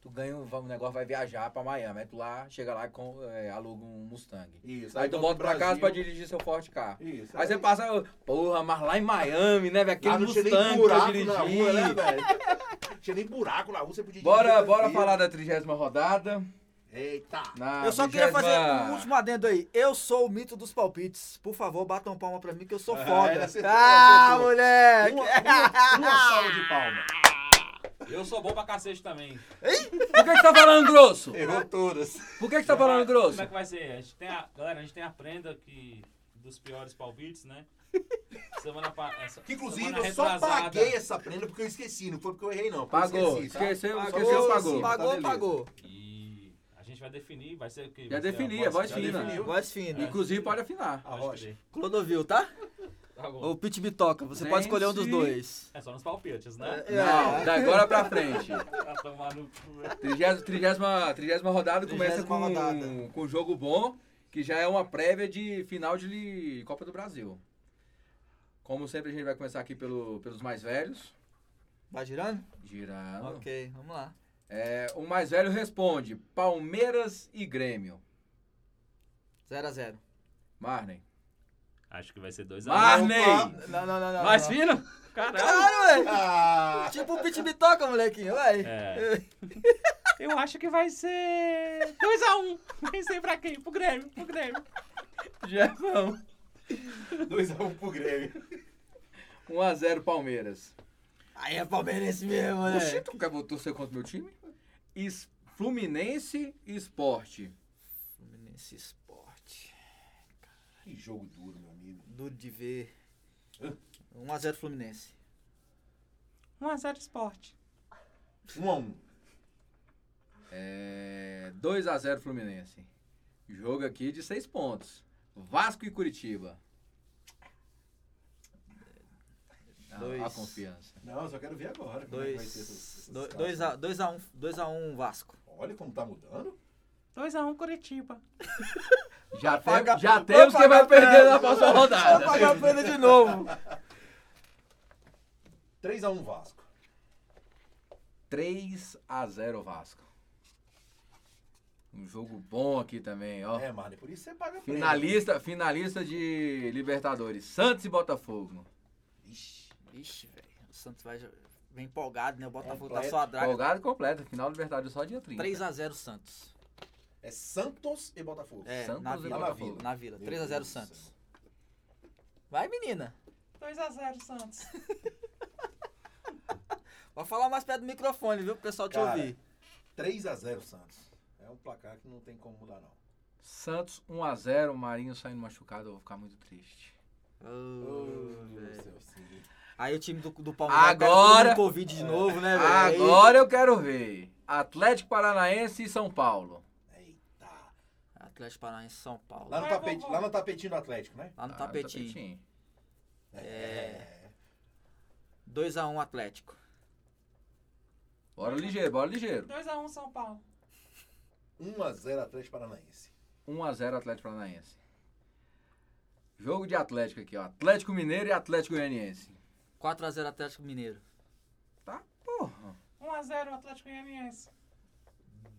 S5: Tu ganha um um negócio, vai viajar pra Miami. Aí tu lá, chega lá e com- é, aluga um Mustang.
S1: Isso.
S5: Aí tu
S1: volta
S5: volta
S1: pro
S5: pra casa pra
S1: Brasil.
S5: dirigir seu forte carro.
S1: Isso.
S5: Aí você passa, porra, mas lá em Miami, né, velho? Aquele
S1: Lá não tinha nem
S5: Mustang pra
S1: buraco na rua, né,
S5: dirigir.
S1: velho? tinha nem buraco na rua, você podia
S5: Bora,
S1: dirigir
S5: bora
S1: tranquilo.
S5: falar da trigésima rodada.
S1: Eita.
S5: Na
S2: Eu só queria
S5: 20ª
S2: fazer um último adendo aí. Eu sou o mito dos palpites. Por favor, batam palma pra mim que eu sou
S1: Ah,
S2: foda.
S1: ele acertou,
S2: Ah,
S1: acertou.
S2: moleque!
S5: é
S1: Uma, uma, uma salva de palma.
S3: Eu sou bom pra cacete também.
S5: Por que, que tá falando grosso?
S1: Errou todas.
S5: Por que, que tá falando grosso?
S3: Como é que vai ser? A gente tem a, galera, a gente tem a prenda que, dos piores palpites, né? Semana passada.
S1: Que inclusive eu só paguei essa prenda porque eu esqueci, não foi porque eu errei, não. porque eu
S5: Pagou.
S1: esqueci, tá?
S5: Esqueceu,
S1: Pagou,
S5: esqueceu,
S1: sim,
S5: pagou.
S1: tá
S2: Pagou,
S1: beleza.
S2: pagou.
S3: E a gente vai definir, vai ser o quê?
S5: Já
S3: Vai ser a
S5: defini, é voz
S2: Tá
S1: já
S5: fina.
S1: definiu. É.
S2: Voz fina.
S5: Inclusive, pode afinar.
S1: A
S3: Pode
S1: rocha.
S3: crer.
S2: Clodovil, tá?
S3: Tá bom.
S2: Ou Pit Bitoca, você pode escolher um dos
S5: Gente.
S2: dois.
S3: É só nos palpites, né?
S2: É,
S1: É.
S5: Não, da agora pra frente.
S3: Pra tomar no cu, né?
S5: Trigésima, trigésima, trigésima rodada começa
S2: Trigésima
S5: com,
S2: rodada.
S5: com um jogo bom, que já é uma prévia de final de li- Copa do Brasil. Como sempre, a gente vai começar aqui pelo- pelos mais velhos.
S2: Vai girando?
S1: Tá
S5: Girando.
S2: Ok, vamos lá.
S5: É, o mais velho responde: Palmeiras e Grêmio.
S2: 0x0.
S5: Marnem.
S3: Acho que vai ser 2x1.
S5: Marnem!
S2: Não, não, não, não.
S5: Mais
S2: não.
S5: fino?
S3: Caralho!
S2: Caralho, velho!
S1: Ah,
S2: Tipo o Pit Bitoca, molequinho, vai.
S3: É. Eu acho que vai
S9: um.
S3: ser 2x1. Nem sei pra quem. Pro Grêmio, pro Grêmio.
S5: Jefão.
S1: 2x1 pro Grêmio.
S5: 1x0 Palmeiras.
S2: Aí é palmeirense mesmo,
S5: O Chito quer torcer contra o meu time? Es- Fluminense e Esporte.
S2: Fluminense Esporte.
S1: Que jogo duro, meu amigo.
S2: Duro de ver. 1x0 Fluminense.
S9: 1x0 esporte.
S1: 1x1.
S5: É, 2x0 Fluminense. Jogo aqui de 6 pontos. Vasco e Curitiba. Ah, A
S2: Dois.
S5: confiança.
S1: Não, eu só quero ver agora. como é que vai ser essas- essas
S2: 2x1
S1: casas.
S2: dois a um, dois a um Vasco.
S1: Olha como tá mudando.
S9: 2x1 Curitiba.
S5: Já,
S2: Apaga-
S5: tem, já temos quem vai
S2: apaga-
S5: perder na próxima rodada.
S2: a pena de novo.
S1: 3x1 Vasco.
S5: 3x0 Vasco. Um jogo bom aqui também, ó.
S1: É, Marley, por isso você paga prêmio.
S5: Finalista, finalista de Libertadores. Santos e Botafogo.
S1: Ixi,
S2: Ixi, velho. O Santos vai bem empolgado, né? O Botafogo tá
S1: Completo.
S2: só a draga.
S5: Folgado completo. Final do Libertadores só dia 30.
S2: 3x0 Santos.
S1: É Santos e Botafogo.
S2: É,
S5: Santos
S2: na
S5: e
S2: Vila.
S1: Botafogo.
S2: Na Vila.
S1: Meu
S2: 3x0
S1: Deus do
S2: Santos.
S1: céu.
S2: Vai, menina.
S9: 2x0 Santos.
S2: Vai falar mais perto do microfone, viu? Pro pessoal te
S1: Cara.
S2: ouvir.
S1: 3x0 Santos. É um placar que não tem como mudar, não.
S5: Santos 1x0, Marinho saindo machucado, eu vou ficar muito triste.
S1: Ô, Deus do céu, sim.
S2: Aí o time do, do Palmeiras pega todo
S5: Agora-
S2: mundo Covid de novo, né, velho? Aí-
S5: Agora eu quero ver. Atlético Paranaense e São Paulo.
S1: Eita.
S2: Atlético Paranaense São Paulo.
S1: Lá no,
S9: Vai,
S1: tapete,
S9: vovó.
S1: lá no tapetinho do Atlético, né?
S2: Lá Tá no
S5: Ah,
S2: tapetinho.
S5: tapetinho.
S2: É. 2x1 Atlético.
S5: Bora ligeiro, bora ligeiro.
S9: 2x1 São Paulo.
S1: 1x0 Atlético Paranaense.
S5: 1x0 Atlético Paranaense. Jogo de Atlético aqui, ó. Atlético Mineiro e Atlético Goianiense.
S2: 4x0 Atlético Mineiro.
S5: Tá, porra.
S9: 1x0 Atlético Goianiense.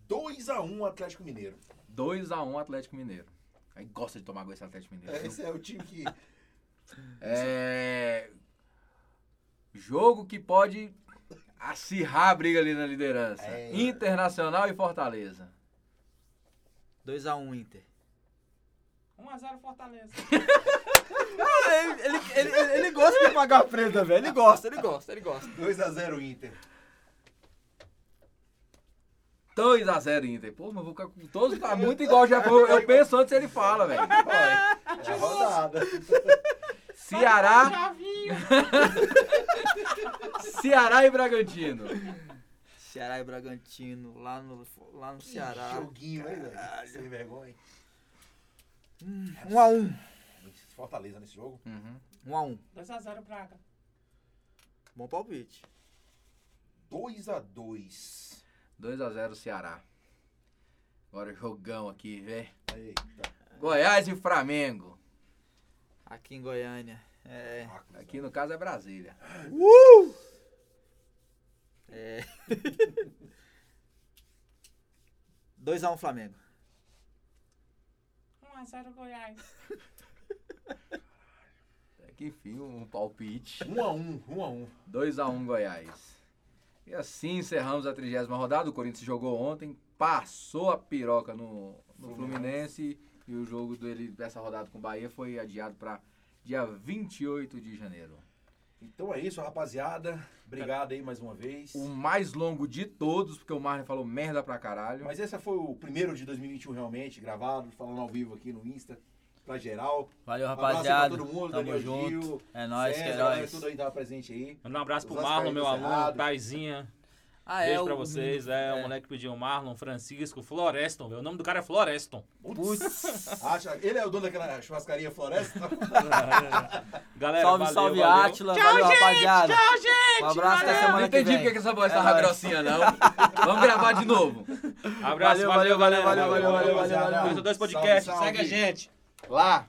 S1: 2x1 Atlético Mineiro.
S5: 2x1 Atlético Mineiro. Aí gosta de tomar gol esse Atlético Mineiro. viu?
S1: Esse é o time que.
S5: É. Jogo que pode acirrar a briga ali na liderança.
S1: É.
S5: Internacional e Fortaleza.
S2: 2x1 Inter.
S9: 1x0 Fortaleza.
S2: Ele, ele, ele, ele- ele gosta de pagar a prenda, velho. Ele gosta, ele gosta, ele gosta.
S1: 2x0 Inter.
S5: 2x0 Inter. Pô, mas eu vou ficar com todos tá muito igual já foi. Eu penso antes ele fala, velho.
S1: Olha, é a rodada.
S5: Ceará,
S9: Chavinho.
S5: Ceará e Bragantino.
S2: Ceará e Bragantino, lá no, lá no
S1: Que
S2: Ceará.
S1: joguinho, hein, velho? Sem vergonha.
S2: 1x1.
S1: Fortaleza nesse jogo.
S2: 1x1.
S9: 2x0 Braga.
S2: Bom palpite.
S1: 2x2.
S5: 2x0 Ceará. Agora jogão aqui, velho.
S1: Eita.
S5: Goiás e Flamengo.
S2: Aqui em Goiânia. É.
S5: Aqui no caso é Brasília.
S2: é... 2x1 Flamengo.
S9: 1x0 Goiás.
S5: Até que enfim, um palpite.
S1: 1x1, 1x1.
S5: 2x1 Goiás. E assim encerramos a trigésima rodada. O Corinthians jogou ontem, passou a piroca no, no Fluminense. E o jogo dele dessa rodada com o Bahia foi adiado para dia 28 de janeiro.
S1: Então é isso, rapaziada. Obrigado aí mais uma vez.
S2: Um.
S5: O mais longo de todos, porque o Marlon falou merda pra caralho.
S1: Mas esse foi o primeiro de 2021 realmente, gravado, falando ao vivo aqui no Insta, pra geral. Um
S2: Valeu,
S1: Abraço aí
S2: rapaziada.
S1: pra todo mundo,
S2: Tamo
S1: Daniel
S2: junto.
S1: Gil,
S2: É nóis, que
S1: César,
S2: é
S1: galera,
S2: nóis.
S1: tudo aí tava presente aí.
S9: Manda um abraço pro
S1: Os
S9: Marlon, meu
S1: vascaínos
S9: aluno,
S1: errado.
S9: Taizinha.
S2: Ah,
S9: Beijo pra
S2: o
S9: vocês.
S2: menino-
S9: É, o moleque que pediu o Marlon, Francisco, Floreston. velho. O nome do cara é Floreston.
S2: Putz.
S1: Acha, ele é o dono daquela churrascaria Floresta?
S9: Galera,
S2: salve,
S9: valeu,
S2: salve,
S9: valeu.
S2: Átila. Valeu, rapaziada. Tchau, gente. Um abraço até
S5: não
S2: semana que
S5: entendi porque
S2: vem.
S5: que essa voz
S2: É
S5: tava
S2: nóis.
S5: grossinha, não. Vamos gravar de novo.
S2: Valeu,
S9: Abraço, valeu,
S2: valeu,
S9: galera.
S2: valeu, um, valeu, valeu, valeu,
S9: Dois ou dois podcasts.
S1: Salve,
S9: Segue a
S1: salve.
S9: gente.
S5: Lá.